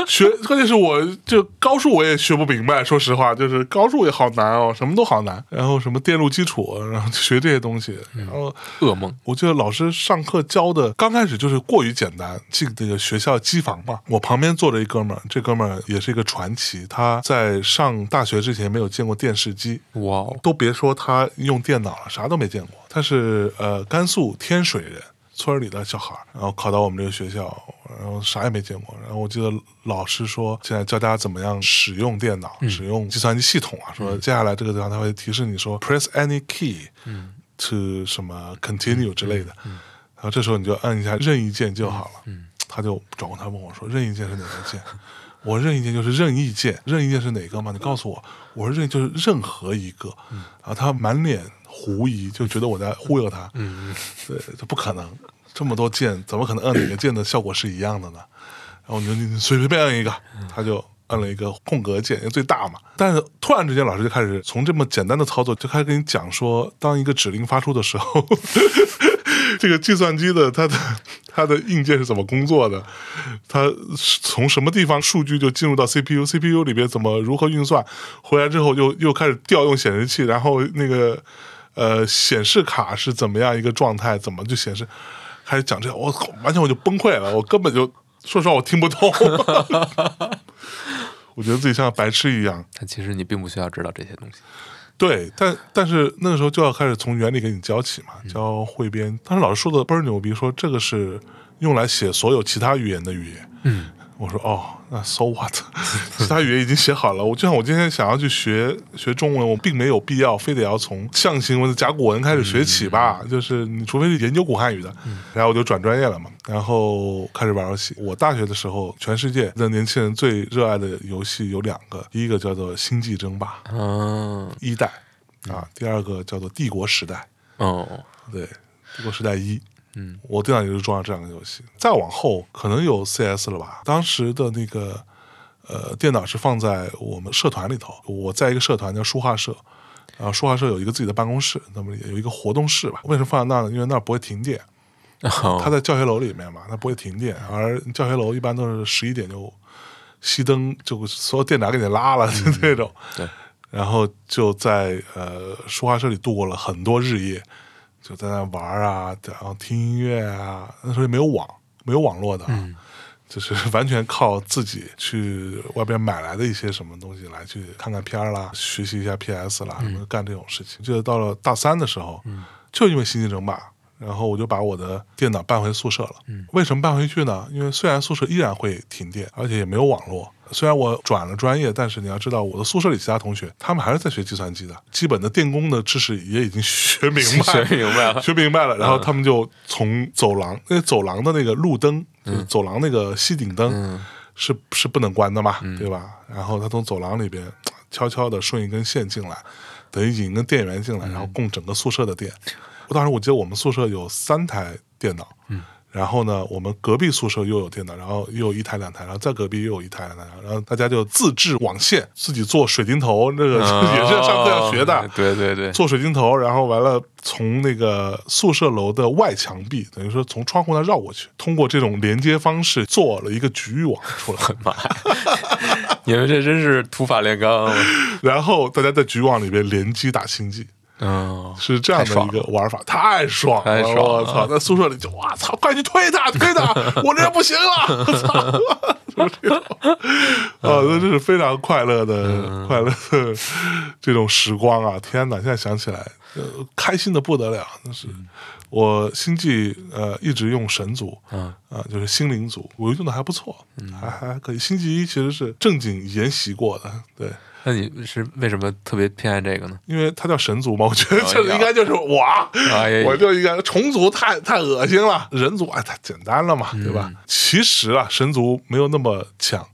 B: 学，关键是我就高数我也学不明白，说实话，就是高数也好难哦，什么都好难。然后什么电路基础，然后就学这些东西。然后
A: 噩梦。
B: 我记得老师上课教的，刚开始就是过于简单。进这个学校机房嘛，我旁边坐着一哥们儿，这哥们儿也是一个传奇，他在上大学之前没有见过电视机，
A: 哇哦，
B: 都别说他用电脑了，啥都没见过。他是呃甘肃天水人，村里的小孩儿，然后考到我们这个学校，然后啥也没见过。然后我记得老师说，现在教大家怎么样使用电脑，使用计算机系统啊，说接下来这个地方他会提示你说 press any key to 什么 continue 之类的，然后这时候你就按一下任意键就好了。他就转过头问我说：“任意键是哪个键？” 我说任意键就是任意键，任意键是哪个嘛？你告诉我。我说任意就是任何一个。然后他满脸狐疑，就觉得我在忽悠他。嗯，对，这不可能，这么多键，怎么可能按哪个键的效果是一样的呢？然后我就你你随随便按一个，他就按了一个空格键，因为最大嘛。但是突然之间，老师就开始从这么简单的操作，就开始跟你讲说，当一个指令发出的时候， 这个计算机的它的它的硬件是怎么工作的，它是从什么地方数据就进入到 CPU，CPU 里边怎么如何运算，回来之后又又开始调用显示器，然后那个呃显示卡是怎么样一个状态，怎么就显示，开始讲这个，我靠完全我就崩溃了，我根本就说实话我听不懂，我觉得自己像白痴一样。
A: 但其实你并不需要知道这些东西。
B: 对，但但是那个时候就要开始从原理给你教起嘛，教汇编。当时老师说的倍儿牛逼，说这个是用来写所有其他语言的语言。
A: 嗯，
B: 我说哦，那 so what？其 他语言已经写好了。我就像我今天想要去学 学中文，我并没有必要非得要从象形文字、甲骨文开始学起吧。就是你除非是研究古汉语的，然后我就转专业了嘛，然后开始玩游戏。我大学的时候，全世界的年轻人最热爱的游戏有两个，第一个叫做《星际争霸》，
A: 嗯，
B: 一代啊，第二个叫做《帝国时代》。
A: 哦，
B: 对，《帝国时代一》。
A: 嗯，
B: 我电脑里就装了这两个游戏。再往后可能有 CS 了吧？当时的那个呃，电脑是放在我们社团里头。我在一个社团叫书画社，然后书画社有一个自己的办公室，那么也有一个活动室吧。为什么放在那呢？因为那儿不会停电。它
A: 哦
B: 在教学楼里面嘛，它不会停电，而教学楼一般都是十一点就熄灯，就所有电闸给你拉了， 就那种。
A: 嗯对。。
B: 然后就在呃书画社里度过了很多日夜，就在那玩儿啊，然后听音乐啊。那时候也没有网，没有网络的啊，就是完全靠自己去外边买来的一些什么东西来去看看片儿啦，学习一下 PS 啦，什么干这种事情。记得到了大三的时候，就因为《星际争霸》，然后我就把我的电脑搬回宿舍了。为什么搬回去呢？因为虽然宿舍依然会停电，而且也没有网络。虽然我转了专业，但是你要知道，我的宿舍里其他同学他们还是在学计算机的，基本的电工的知识也已经学明白了
A: 学明白了。
B: 学明白了，然后他们就从走廊那走廊的那个路灯，就是走廊那个吸顶灯，是是不能关的嘛，对吧？然后他从走廊里边悄悄的顺一根线进来，等于引一根电源进来，然后供整个宿舍的电。我当时我记得我们宿舍有三台电脑，嗯，然后呢，我们隔壁宿舍又有电脑，然后又有一台两台，然后再隔壁又有一台两台，然后大家就自制网线，自己做水晶头，那个 也是上课要学的，
A: 哦对对对，
B: 做水晶头，然后完了从那个宿舍楼的外墙壁，等于说从窗户那绕过去，通过这种连接方式做了一个局域网 出来，
A: 妈呀， 你们这真是土法炼钢，啊
B: 然后大家在局域网里边联机打星际。
A: 嗯，
B: 是这样的一个玩法，太爽
A: 太爽了
B: 我操！在宿舍里就哇操，快去推他，推 他，我这不行了，我操！就是这种啊，
A: 嗯
B: 那这是非常快乐的、快乐的这种时光啊！天哪，现在想起来，呃、开心的不得了。那是、
A: 嗯
B: 我星际呃一直用神族，
A: 嗯
B: 啊，就是心灵族，我用的还不错，还还可以。星际一其实是正经研习过的，对。
A: 那你是为什么特别偏爱这个呢？
B: 因为他叫神族嘛，我觉得
A: 哎
B: 这
A: 呀
B: 应该就是我，
A: 哎呀
B: 我就应该虫族太太恶心了，人族哎太简单了嘛，对吧？其实啊，神族没有那么强，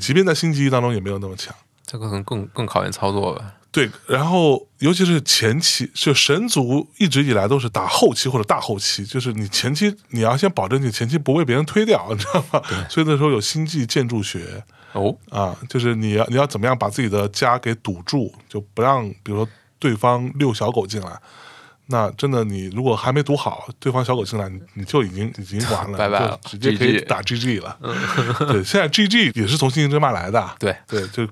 B: 即便在星际一当中也没有那么强。
A: 这个可能更更考验操作吧。
B: 对，然后尤其是前期，就神族一直以来都是打后期或者大后期，就是你前期你要先保证你前期不被别人推掉，你知道吗？所以那时候有星际建筑学，
A: 哦，
B: 啊，就是你要你要怎么样把自己的家给堵住，就不让比如说对方遛小狗进来。那真的，你如果还没堵好，对方小狗进来，你你就已经已经完了，
A: 拜拜
B: 就
A: 了
B: 直接可以
A: GG
B: 打 GG 了。对，现在 GG 也是从《星际争霸》来的。
A: 对
B: 对，就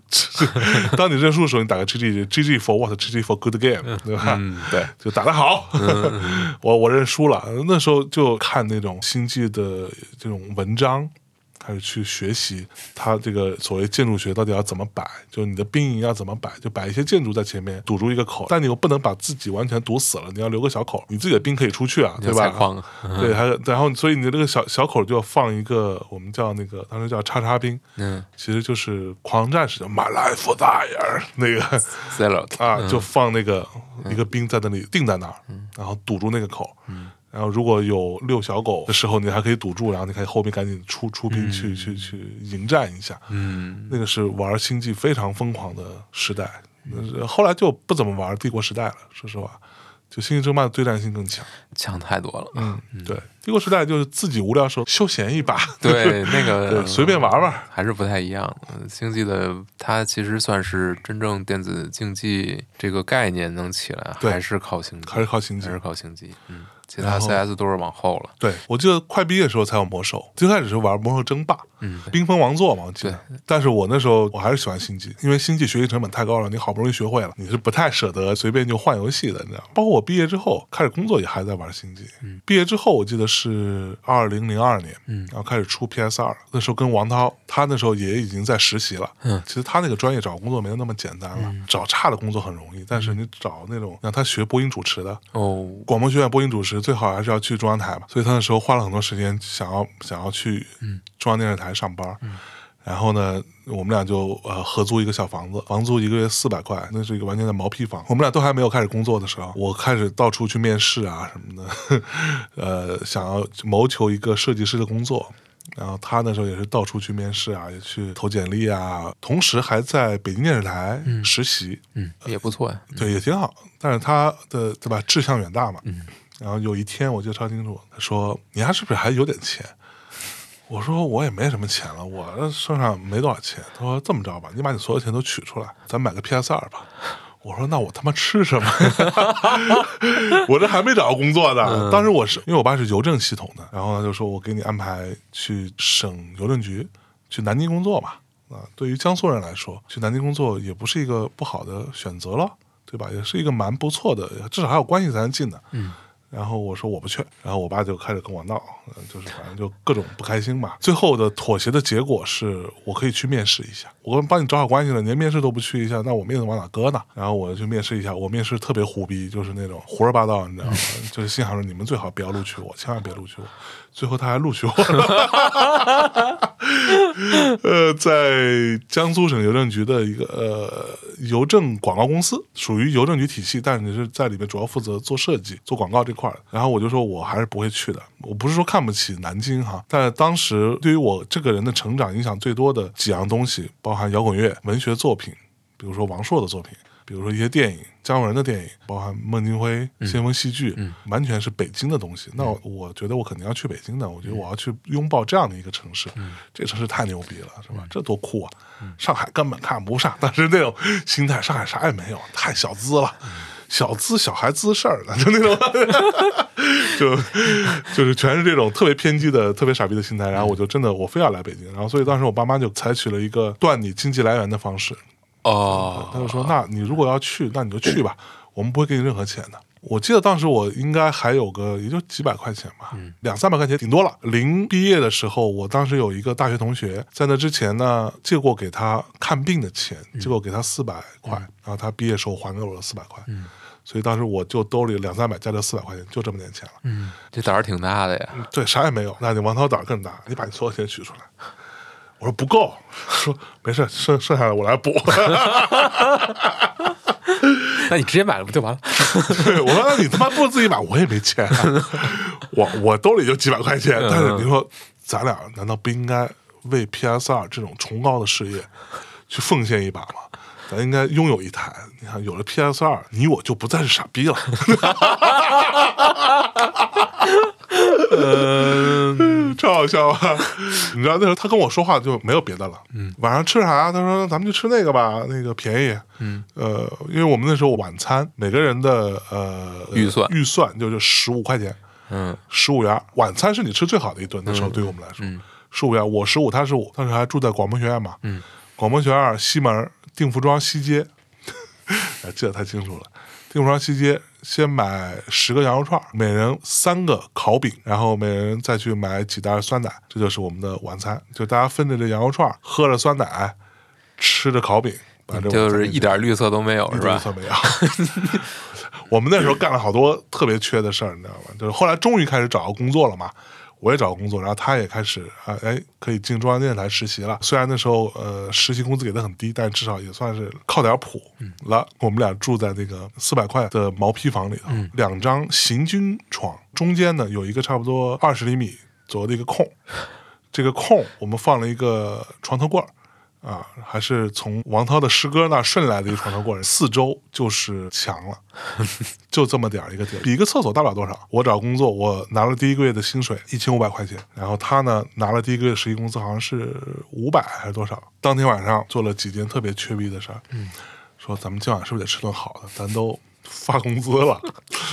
B: 当你认输的时候，你打个 GG，GG for what？GG for good game，对吧？
A: 嗯，对，
B: 就打得好，
A: 嗯
B: 我我认输了。那时候就看那种星际的这种文章，开始去学习它这个所谓建筑学到底要怎么摆，就你的兵营要怎么摆，就摆一些建筑在前面堵住一个口，但你又不能把自己完全堵死了，你要留个小口，你自己的兵可以出去啊，
A: 你
B: 对
A: 要采
B: 吧？
A: 矿啊，
B: 对，还有然后所以你的这个小小口就要放一个我们叫那个当时叫叉叉兵，
A: 嗯
B: 其实就是狂战士叫 My Life f Dire 那个。
A: z e l o
B: 啊，就放那个一个兵在那里定在那儿，然后堵住那个口。然后如果有遛小狗的时候，你还可以堵住，然后你可以后面赶紧出出兵去、去去迎战一下。
A: 嗯，
B: 那个是玩星际非常疯狂的时代，那是后来就不怎么玩帝国时代了。说实话，就星际争霸的对战性更强。
A: 强太多了。
B: 嗯，对，帝国时代就是自己无聊的时候休闲一把，
A: 对，那个
B: 对，随便玩玩。
A: 还是不太一样的。星际的它其实算是真正电子竞技这个概念能起来，
B: 对
A: 还是靠星际，
B: 还是靠星际
A: 还是靠星际。嗯，其他
B: 然后
A: CS 都是往后了。
B: 对，我记得快毕业的时候才有魔兽，最开始是玩魔兽争霸，
A: 嗯，
B: 冰封王座嘛，我记得。但是我那时候我还是喜欢星际，因为星际学习成本太高了，你好不容易学会了，你是不太舍得随便就换游戏的，你知道吗。包括我毕业之后开始工作也还在玩星际，嗯、毕业之后我记得是二零零二年，
A: 嗯
B: 然后开始出 PS 二，那时候跟王涛，他那时候也已经在实习了，
A: 嗯
B: 其实他那个专业找工作没有那么简单了，找差的工作很容易，但是你找那种让他学播音主持的，
A: 哦，
B: 广播学院播音主持最好还是要去中央台嘛，所以他那时候花了很多时间想要想要去中央电视台上班。然后呢，我们俩就呃合租一个小房子，房租一个月四百块，那是一个完全的毛坯房。我们俩都还没有开始工作的时候，我开始到处去面试啊什么的， 呃，想要谋求一个设计师的工作。然后他那时候也是到处去面试啊，也去投简历啊，同时还在北京电视台实习。
A: 嗯，
B: 呃
A: 也不错呀。
B: 对，也挺好。但是他的对吧，志向远大嘛。然后有一天我记得超清楚，他说：“你还是不是还有点钱？”我说：“我也没什么钱了，我这身上没多少钱。”他说：“这么着吧，你把你所有钱都取出来，咱买个 PS 二吧。”我说：“那我他妈吃什么呀？ 我这还没找到工作呢。当时我是因为我爸是邮政系统的，然后他就说我给你安排去省邮政局，去南京工作嘛。啊，对于江苏人来说，去南京工作也不是一个不好的选择了，对吧？也是一个蛮不错的，至少还有关系才能进的。嗯。然后我说我不去，然后我爸就开始跟我闹，呃就是反正就各种不开心吧。最后的妥协的结果是我可以去面试一下，我帮你找好关系了，你连面试都不去一下，那我面子往哪搁呢？然后我就去面试一下，我面试特别胡逼，就是那种胡说八道，你知道吗？ 就是心想说你们最好不要录取我，千万别录取我。最后他还录取我了。呃，在江苏省邮政局的一个呃邮政广告公司，属于邮政局体系，但是你是在里面主要负责做设计、做广告这块儿的。然后我就说，我还是不会去的。我不是说看不起南京哈，但是当时对于我这个人的成长影响最多的几样东西，包含摇滚乐、文学作品，比如说王朔的作品。比如说一些电影，姜文的电影，包含孟京辉、先锋戏剧，
A: 嗯
B: 完全是北京的东西。那我我觉得我肯定要去北京的，我觉得我要去
A: 嗯
B: 拥抱这样的一个城市，这个城市太牛逼了，是吧？
A: 嗯
B: 这多酷啊！上海根本看不上，但是那种心态，上海啥也没有，太小资了。
A: 嗯
B: 小资小孩资事儿了，就那 种，就就是全是这种特别偏激的、特别傻逼的心态。然
A: 嗯
B: 后我就真的我非要来北京，然后所以当时我爸妈就采取了一个断你经济来源的方式，他
A: 哦，
B: 就说：“那你如果要去，那你就去吧，我们不会给你任何钱的。”我记得当时我应该还有个也就几百块钱吧，两三百块钱顶多了。临毕业的时候，我当时有一个大学同学，在那之前呢借过给他看病的钱，借过给他四百块，然后他毕业时候还给我了四百块，所以当时我就兜里两三百加这四百块钱，就这么点钱了。
A: 嗯，这胆儿挺大的 呀，
B: 对，啥也没有。那你王涛胆儿更大，你把你所有钱取出来。我说不够， 说没事，剩剩下的我来补。
A: 那你直接买了不就 完了？
B: 对，我说那你他妈不自己买，我也没钱啊、我我兜里就几百块钱，但是你说咱俩难道不应该为 PSR 这种崇高的事业去奉献一把吗？咱应该拥有一台，你看有了 PSR，你我就不再是傻逼了。嗯，超好笑啊！你知道那时候他跟我说话就没有别的了。嗯，晚上吃啥？他说咱们就吃那个吧，那个便宜。嗯，呃，因为我们那时候晚餐每个人的呃
A: 预算
B: 预算就是十五块钱，
A: 嗯，
B: 十五元。晚餐是你吃最好的一顿，那时候对于我们来说，十五、元，我十五，他十五。当时还住在广播学院嘛，嗯，广播学院西门定福庄西街，哎记得太清楚了。定福庄西街先买十个羊肉串，每人三个烤饼，然后每人再去买几袋酸奶，这就是我们的晚餐。就大家分着这羊肉串，喝着酸奶，吃着烤饼，把这晚
A: 就
B: 餐
A: 是
B: 给
A: 一点绿色都没有，是
B: 一
A: 吧？
B: 算没有。 我们那时候干了好多特别缺的事儿，你知道吗？就是后来终于开始找到工作了嘛，我也找到工作，然后他也开始啊，哎，可以进中央电视台实习了。虽然那时候呃，实习工资给的很低，但至少也算是靠点谱了。
A: 嗯
B: 我们俩住在那个四百块的毛坯房里头，两张行军床，中间呢有一个差不多二十厘米左右的一个空，这个空我们放了一个床头柜儿。啊，还是从王涛的师哥那儿顺来的一个床头柜儿，四周就是墙了， 就这么点儿一个地儿，比一个厕所大不了多少。我找工作，我拿了第一个月的薪水一千五百块钱，然后他呢拿了第一个月的实习工资好像是五百还是多少。当天晚上做了几件特别缺逼的事儿，嗯，说咱们今晚是不是得吃顿好的？咱都。发工资了，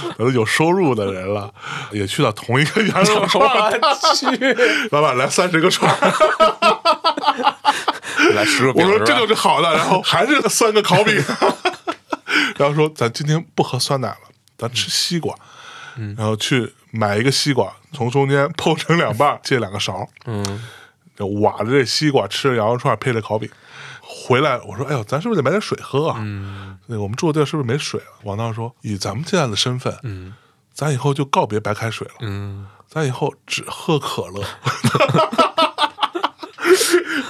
B: 咱都有收入的人了，也去到同一个 羊肉串去， 老板来三十个串儿，
A: 来十个饼
B: 我说
A: 是吧
B: 这就是好的，然后还是三个 烤饼， 然后说咱今天不喝酸奶了，咱吃西瓜，
A: 嗯
B: 然后去买一个西瓜，从中间剖成 两半儿，借两个勺，
A: 嗯，
B: 就挖着这西瓜吃着羊肉串配着烤饼。回来我说，哎呦，咱是不是得买点水喝啊？
A: 嗯
B: 那个我们住的地儿是不是没水了？王道说，以咱们现在的身份，嗯，咱以后就告别白开水了，
A: 嗯，
B: 咱以后只喝可乐。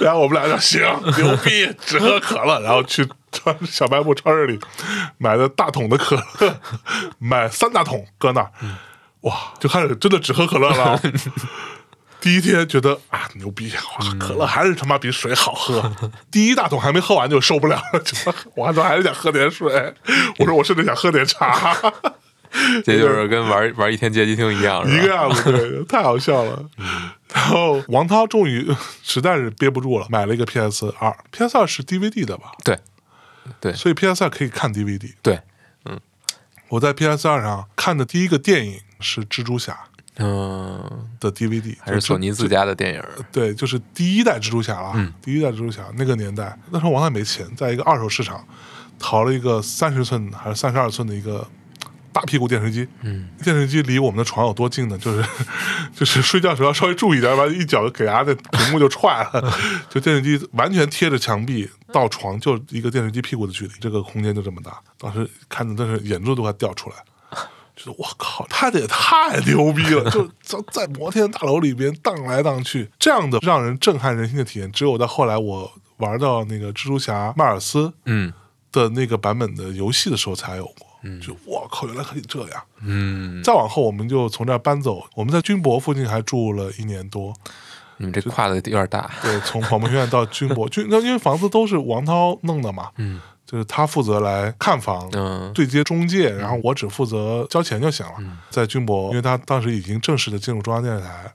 B: 然后我们俩就行，牛逼，只喝可乐，然后去穿小卖部超市里买的大桶的可乐，买三大桶搁那儿，哇，就开始真的只喝可乐了。第一天觉得啊牛逼，哇，可乐还是他妈比水好喝。第一大桶还没喝完就受不了了，就我还说还是想喝点水，我说我甚至想喝点茶。
A: 这就是跟玩玩一天街机厅一样，是
B: 呃一
A: 吧
B: 个样子，对，太好笑了。
A: 嗯
B: 然后王涛终于实在是憋不住了，买了一个 PS 二，PS 二是 DVD 的吧？
A: 对
B: 所以 PS 二可以看 DVD。
A: 对，
B: 我在 PS 二上看的第一个电影是蜘蛛侠
A: 嗯，
B: 的 DVD，
A: 还是索尼自家的电影，
B: 对，就是第一代蜘蛛侠了。啊第一代蜘蛛侠那个年代，那时候王太没钱，在一个二手市场淘了一个三十寸还是三十二寸的一个大屁股电视机。嗯，电视机离我们的床有多近呢？就是 就是睡觉时候要稍微注意点，把一脚给伢的屏幕就踹了。就电视机完全贴着墙壁到床，就一个电视机屁股的距离，这个空间就这么大。当时看的真是眼珠都快掉出来。觉得我靠，他这也太牛逼了！就在在摩天大楼里边荡来荡去，这样的让人震撼人心的体验，只有到后来我玩到那个蜘蛛侠迈尔斯
A: 嗯
B: 的那个版本的游戏的时候才有过。就我靠，原来可以这样！
A: 嗯，
B: 再往后，我们就从这儿搬走，我们在军博附近还住了一年多。
A: 你们这跨的有点大，
B: 对，从广播学院到军博，军那因为房子都是王涛弄的嘛，
A: 嗯，
B: 就是他负责来看房，
A: 嗯
B: 对接中介，然后我只负责交钱就行了。
A: 嗯
B: 在军博，因为他当时已经正式的进入中央电视台，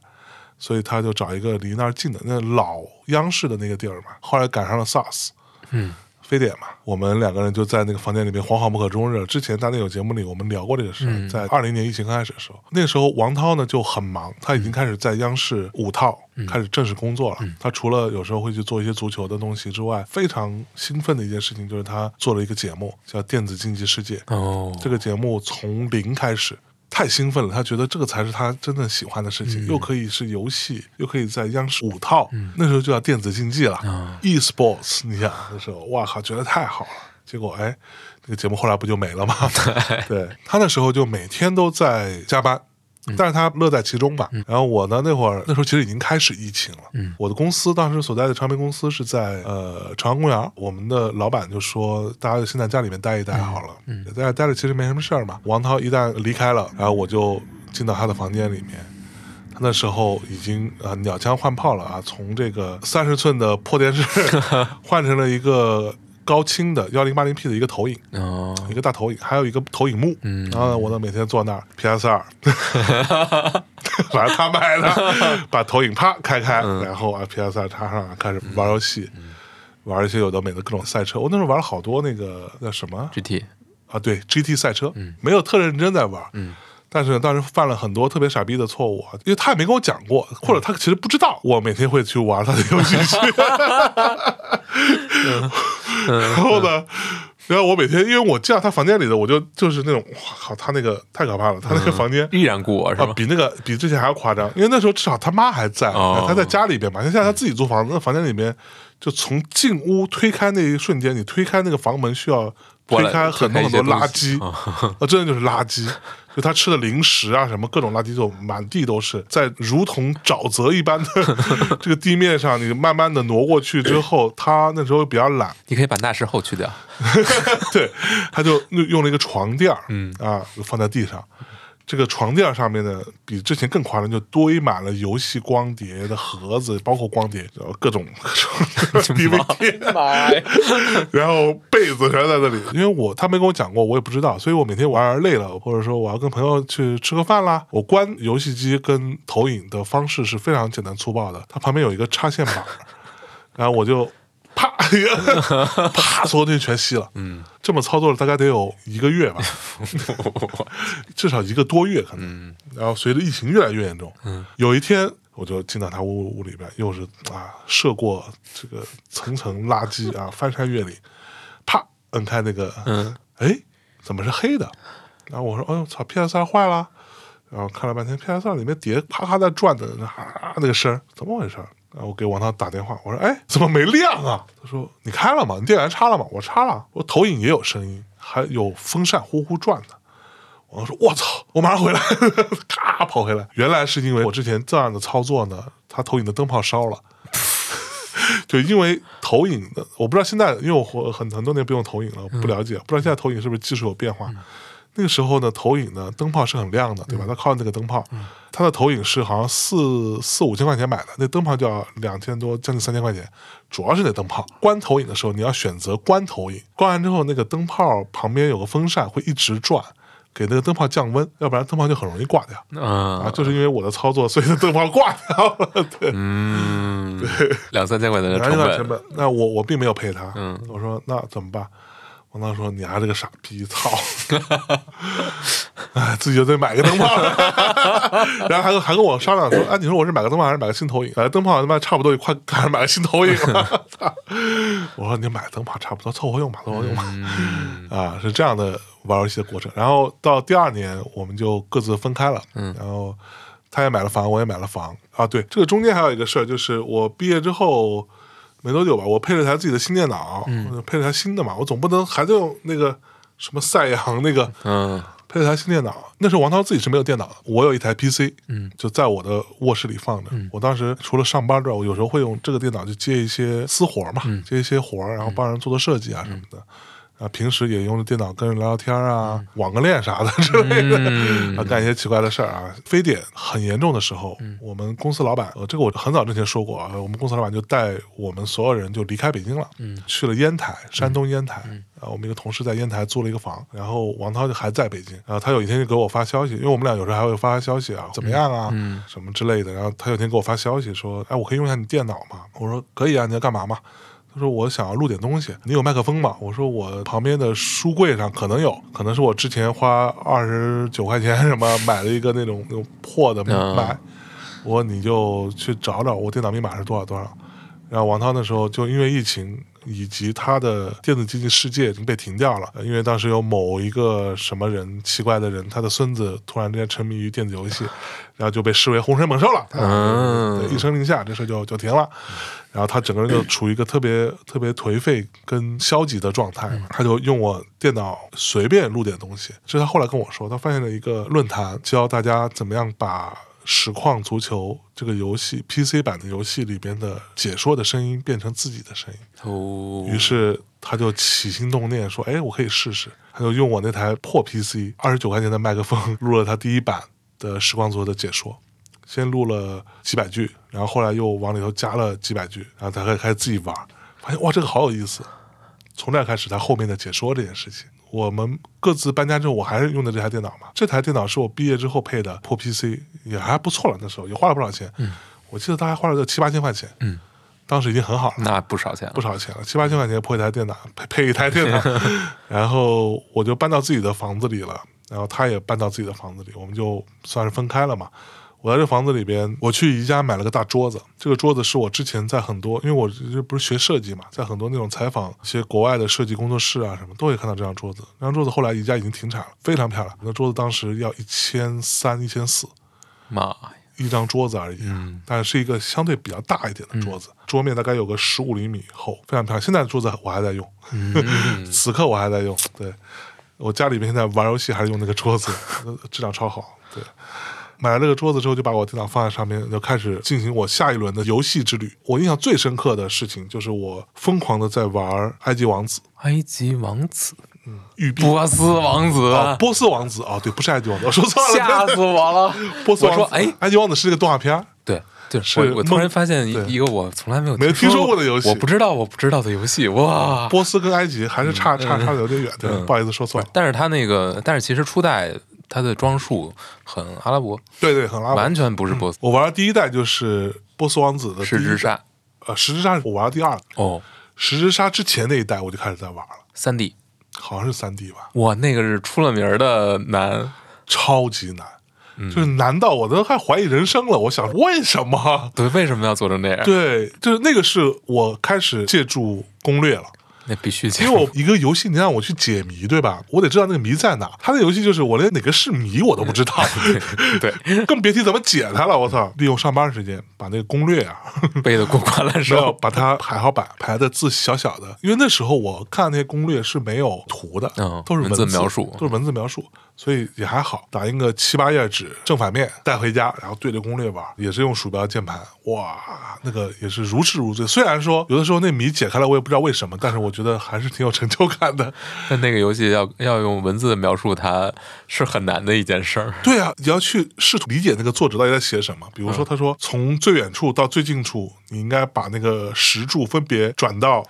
B: 所以他就找一个离那儿近的，那老央视的那个地儿嘛。后来赶上了 SARS，
A: 嗯
B: 非典嘛，我们两个人就在那个房间里面惶惶不可终日。之前大内有节目里我们聊过这个事儿，
A: 嗯
B: 在二零年疫情刚开始的时候，那时候王涛呢就很忙，他
A: 嗯
B: 已经开始在央视五套、开始正式工作了。他除了有时候会去做一些足球的东西之外，非常兴奋的一件事情就是他做了一个节目叫《电子竞技世界》，
A: 哦，
B: 这个节目从零开始。太兴奋了，他觉得这个才是他真正喜欢的事情，
A: 嗯
B: 又可以是游戏，又可以在央视五套，那时候就叫电子竞技了、
A: 啊
B: e s p o r t s 你想那时候，哇靠，觉得太好了。结果哎，这个节目后来不就没 了吗？对他那时候就每天都在加班。但是他乐在其中吧。然后我呢，那会儿那时候其实已经开始疫情了。
A: 嗯
B: 我的公司当时所在的唱片公司是在呃朝阳公园，我们的老板就说，大家就先在家里面待一待好了，嗯，在家待着其实没什么事儿嘛。王涛一旦离开了，然后我就进到他的房间里面，他那时候已经呃鸟枪换炮了啊，从这个三十寸的破电视 换成了一个高清的幺零八零 P 的一个投影，
A: 哦，
B: 一个大投影，还有一个投影幕。
A: 嗯
B: 然后呢，我呢每天坐那儿 PS 二， 反正他买的，把投影啪开开，然后啊 PS 二插上开始玩游戏，玩一些有的没的各种赛车。我那时候玩了好多那个那什么
A: GT，
B: 啊，对 GT 赛车，没有特认真在玩，嗯。但是呢当时犯了很多特别傻逼的错误啊，因为他也没跟我讲过，或者他其实不知道我每天会去玩他的游戏机。 然后呢，然后我每天因为我进到他房间里的，我就就是那种哇靠，他那个太可怕了，他那个房间、
A: 依然故我是
B: 啊
A: 吧，？
B: 比那个比之前还要夸张，因为那时候至少他妈还在，哎
A: 哦
B: 他在家里边嘛。像现在他自己租房子，那房间里面就从进屋推开那一瞬间，你推开那个房门需要推
A: 过来
B: 开很多很
A: 推开
B: 多
A: 一些
B: 垃
A: 东
B: 圾
A: 西，
B: 啊，真的就是垃圾，就他吃的零食啊，什么各种垃圾就满地都是，在如同沼泽一般的 这个地面上，你慢慢的挪过去 之后，他那时候比较懒，
A: 你可以把纳什后去掉，
B: 对，他就用了一个床垫儿，嗯啊，放在地上。这个床垫儿上面呢，比之前更夸张，就堆满了游戏光碟的盒子，包括光碟，然后各种 各种 DVD，
A: 妈呀！
B: 然后被子全在那里。因为我他没跟我讲过，我也不知道，所以我每天玩儿累了，或者说我要跟朋友去吃个饭啦，我关游戏机跟投影的方式是非常简单粗暴的，它旁边有一个插线板儿， 然后我就啪， 啪，所有东西全吸了。嗯，这么操作了大概得有一个月吧，至少一个多月可能。然后随着疫情越来越严重，嗯，有一天我就进到他屋屋里边，又是啊，涉过这个层层垃圾 啊，翻山越岭，啪，摁开那个，嗯，哎，怎么是黑的？然后我说，哎呦，操，PS 二坏了。然后看了半天，PS 二里面碟啪啪在转的，啊那个声儿怎么回事儿？然后我给王涛打电话，我说：“哎，怎么没亮啊？”他说：“你开了吗？你电源插了吗？”我插了，我投影也有声音，还有风扇呼呼转的。我说：“我操！我马上回来， 咔跑回来。原来是因为我之前这样的操作呢，它投影的灯泡烧了。就因为投影的，我不知道现在，因为我活很很多年不用投影了，不了解，不知道现在投影是不是技术有变化。那个时候呢，投影呢，灯泡是很亮的，对吧？它靠那个灯泡，它的投影是好像四四五千块钱买的，那灯泡就要两千多，将近三千块钱。主要是那灯泡，关投影的时候你要选择关投影，关完之后那个灯泡旁边有个风扇会一直转，给那个灯泡降温，要不然灯泡就很容易挂掉。啊，
A: 嗯
B: 就是因为我的操作，所以那灯泡挂掉了。对，
A: 嗯，两三千块钱的
B: 然后
A: 成
B: 就拿
A: 本，
B: 成本，那我我并没有赔他。嗯，我说那怎么办？王涛说：“你还是个傻逼，操！ 哎， 自己就得买个灯泡。 然后还跟还跟我商量说：‘哎，你说我是买个灯泡还是买个新投影？’哎，灯泡他妈差不多也快赶上买个新投影了。 操我说你买个灯泡差不多凑合用吧，凑合用吧。 啊，是这样的玩游戏的过程。然后到第二年，我们就各自分开了。嗯，然后他也买了房，我也买了房。啊，对，这个中间还有一个事儿，就是我毕业之后没多久吧，我配了台自己的新电脑，嗯、配了台新的嘛，我总不能还在用那个什么赛扬那个。
A: 嗯
B: 配了台新电脑，那时候王涛自己是没有电脑的，我有一台 PC，
A: 嗯，
B: 就在我的卧室里放着。我当时除了上班之外，我有时候会用这个电脑去接一些私活嘛，接一些活儿，然后帮人做做设计啊什么的。啊，平时也用着电脑跟人聊聊天啊，网个恋啥的之类的， 啊，干一些奇怪的事儿啊。非典很严重的时候，我们公司老板，呃，这个我很早之前说过啊，我们公司老板就带我们所有人就离开北京了，去了烟台，山东烟台。啊，我们一个同事在烟台租了一个房，然后王涛就还在北京，然后他有一天就给我发消息，因为我们俩有时候还会发消息啊，怎么样啊，什么之类的。然后他有一天给我发消息说，哎，我可以用一下你电脑吗？我说可以啊，你要干嘛嘛？他说我想要录点东西，你有麦克风吗？我说我旁边的书柜上可能有，可能是我之前花二十九块钱什么买了一个那种那种破的
A: 嗯
B: 麦，我说你就去找找我电脑密码是多少多少。然后王涛那时候就因为疫情以及他的电子竞技世界已经被停掉了，呃因为当时有某一个什么人奇怪的人，他的孙子突然之间沉迷于电子游戏，然后就被视为洪水猛兽了，
A: 嗯
B: 对一声令下，这事就就停了。然后他整个人就处于一个特别特别颓废跟消极的状态嘛，他就用我电脑随便录点东西。这是他后来跟我说，他发现了一个论坛，教大家怎么样把实况足球这个游戏 PC 版的游戏里边的解说的声音变成自己的声音。
A: 哦，
B: 于是他就起心动念说：“哎，我可以试试。”他就用我那台破 PC 二十九块钱的麦克风录了他第一版的《时光组》的解说，先录了几百句，然后后来又往里头加了几百句，然后他开开始自己玩，发现哇，这个好有意思。从那开始，他后面的解说这件事情，我们各自搬家之后，我还是用的这台电脑嘛。这台电脑是我毕业之后配的破 PC，也还不错了，那时候也花了不少钱。嗯，我记得大概花了就七八千块钱。
A: 嗯，
B: 当时已经很好了。
A: 那不少钱了
B: 不。少钱了，七八千块钱破一台电脑，配配一 台电脑，然后我就搬到自己的房子里了，然后他也搬到自己的房子里，我们就算是分开了嘛。我在这房子里边，我去宜家买了个大桌子，这个桌子是我之前在很多，因为我这不是学设计嘛，在很多那种采访一些国外的设计工作室啊什么，都会看到这张桌子。这张桌子后来宜家已经停产了，非常漂亮。那桌子当时要一千三、一千四，
A: 妈呀，
B: 一张桌子而已，嗯，但是一个相对比较大一点的桌
A: 嗯
B: 子，桌面大概有个十五厘米厚，非常漂亮。现在的桌子我还在用，
A: 嗯
B: 此刻我还在用。对，我家里面现在玩游戏还是用那个桌子， 呃质量超好。对，买了这个桌子之后，就把我电脑放在上面，就开始进行我下一轮的游戏之旅。我印象最深刻的事情就是我疯狂的在玩《埃及王子》
A: 埃及王子，
B: 育碧。
A: 波斯王子，
B: 啊，波斯王子啊，对，不是埃及王子，我说错了，
A: 吓死我 了！
B: 波斯王子。
A: 我说哎
B: 埃及王子是个动画片儿，
A: 对，就是我我突然
B: 梦
A: 发现一
B: 对
A: 一个我从来没有
B: 没有听说过的游戏
A: 我不知道我不知道的游戏哇！
B: 波斯跟埃及还是差差差的有点远，对，不好意思说错了。
A: 但是它那个，但是其实初代它的装束很阿拉伯，
B: 对对，很拉
A: 完全不是波斯，
B: 我玩的第一代就是波斯王子的
A: 是
B: 第一代
A: 日沙
B: 呃，十之沙我玩的第二，
A: 哦，
B: 十之沙之前那一代我就开始在玩了，
A: 三 D，
B: 好像是三 D 吧，
A: 哇，那个是出了名儿的难，
B: 超级难，就是难到我都快怀疑人生了。我想为什么？
A: 对，为什么要做成这样？
B: 对，就是那个是我开始借助攻略了。
A: 那必须接
B: 因
A: 受，
B: 为我一个游戏，你让我去解谜，对吧？我得知道那个谜在哪。他的游戏就是我连哪个是谜我都不知道，
A: 嗯对
B: 更别提怎么解它了。我操！利用上班时间把那个攻略啊，
A: 背的滚瓜烂
B: 没有
A: 熟，
B: 把它排好版，排的字小小的，因为那时候我看那些攻略是没有图的，
A: 嗯
B: 都是
A: 文
B: 字
A: 字描述
B: 都是文字描述，所以也还好。打印个七八页纸，正反面带回家，然后对着攻略玩，也是用鼠标键盘，哇，那个也是如痴如醉。虽然说有的时候那谜解开了，我也不知道为什么，但是我觉得还是挺有成就感的。
A: 但那个游戏要要用文字描述它是很难的一件事儿。
B: 对啊，你要去试图理解那个作者到底在写什么。比如说，他说、从最远处到最近处，你应该把那个石柱分别转 到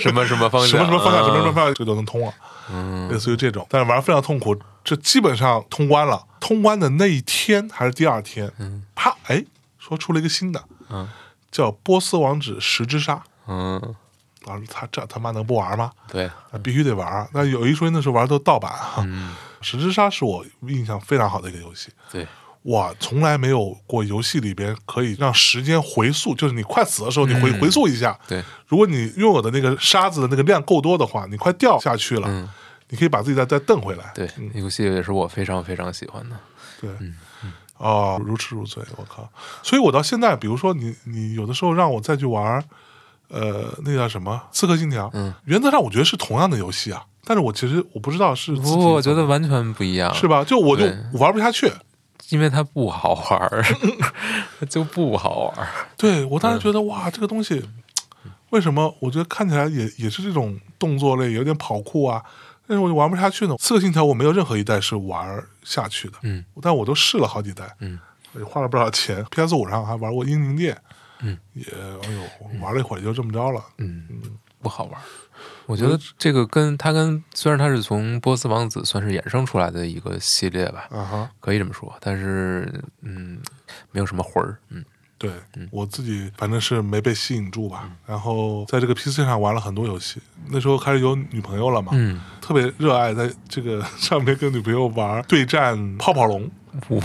A: 什么什么方向
B: 什么什么方向，
A: 嗯
B: 什么什么方向，这就能通了。嗯，类似于这种，但是玩得非常痛苦。这基本上通关了，通关的那一天还是第二天，嗯，啪，哎，说出了一个新的，
A: 嗯，
B: 叫《波斯王子十之沙》。
A: 嗯，
B: 啊，他这他妈能不玩吗？
A: 对，
B: 那必须得玩啊！那有一说一，那时候玩的都是盗版啊。十之沙是我印象非常好的一个游戏。
A: 对，
B: 我从来没有过游戏里边可以让时间回溯，就是你快死的时候，你回、回溯一下。
A: 嗯对，
B: 如果你拥有的那个沙子的那个量够多的话，你快掉下去了，你可以把自己再再蹬回来。
A: 嗯对，嗯那游戏也是我非常非常喜欢的。
B: 对，哦，如痴如醉，我靠！所以我到现在，比如说你你有的时候让我再去玩儿，呃，那叫什么《刺客信条》，嗯，原则上我觉得是同样的游戏啊，但是我其实我不知道是自己
A: 不，我觉得完全不一样，
B: 嗯是吧？就我就
A: 对
B: 玩不下去。
A: 因为它不好 玩儿，它就不好玩儿。嗯
B: 对我当时觉得、哇，这个东西为什么我觉得看起来也也是这种动作类，有点跑酷啊，但是我就玩不下去呢。刺客信条我没有任何一代是玩下去的，
A: 嗯，
B: 但我都试了好几代，
A: 嗯，
B: 花了不少钱。PS 五上还玩过《英灵殿》，
A: 嗯，
B: 也哎呦玩了一会儿就这么着了，
A: 嗯，不好玩儿。我觉
B: 嗯
A: 得这个跟它跟虽然它是从波斯王子算是衍生出来的一个系列吧，
B: 啊哈。
A: 可以这么说，但是嗯，没有什么魂儿， 嗯
B: 对、
A: 嗯
B: 我自己反正是没被吸引住吧，然后在这个 PC 上玩了很多游戏，那时候开始有女朋友了嘛，
A: 嗯，
B: 特别热爱在这个 上面跟女朋友玩对战泡泡龙，
A: 我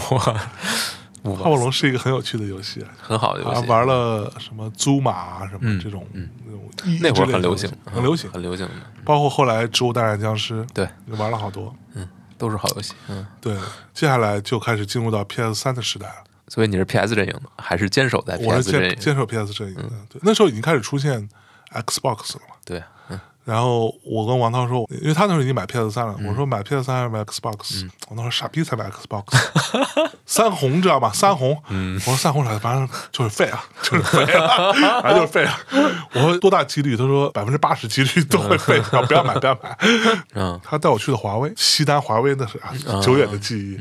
B: 泡泡
A: 我
B: 龙是一个很有趣的游戏，
A: 很好的游
B: 啊
A: 戏，
B: 玩了什么租马啊什么
A: 嗯
B: 这种，那种
A: 那会儿很
B: 益智类的
A: 流
B: 游戏
A: 行，
B: 很流行
A: 嗯，很流行的，
B: 包括后来植物大战僵尸，
A: 对，
B: 玩了好多，
A: 嗯，都是好游戏，嗯。
B: 对，接下来就开始进入到 PS 三的时代了。
A: 所以你是 PS 阵营的，还是坚守在
B: 我
A: PS
B: 是
A: 阵
B: 坚
A: 营？嗯
B: 坚守 PS 阵营的，对，那时候已经开始出现 Xbox 了嘛。
A: 对，嗯
B: 然后我跟王涛说，因为他那时候已经买 PS 三了，我说买 PS 三还是买 Xbox？、我那时候傻逼才买 Xbox，三红知道吧？三红，我说三红啥，反正就是废啊，就是废啊，反正就是废啊。我说多大几率？他说百分之八十几率都会废，然后不要买，不要买。
A: 嗯
B: 他带我去的华为，西单华为那是啊，久远的记忆。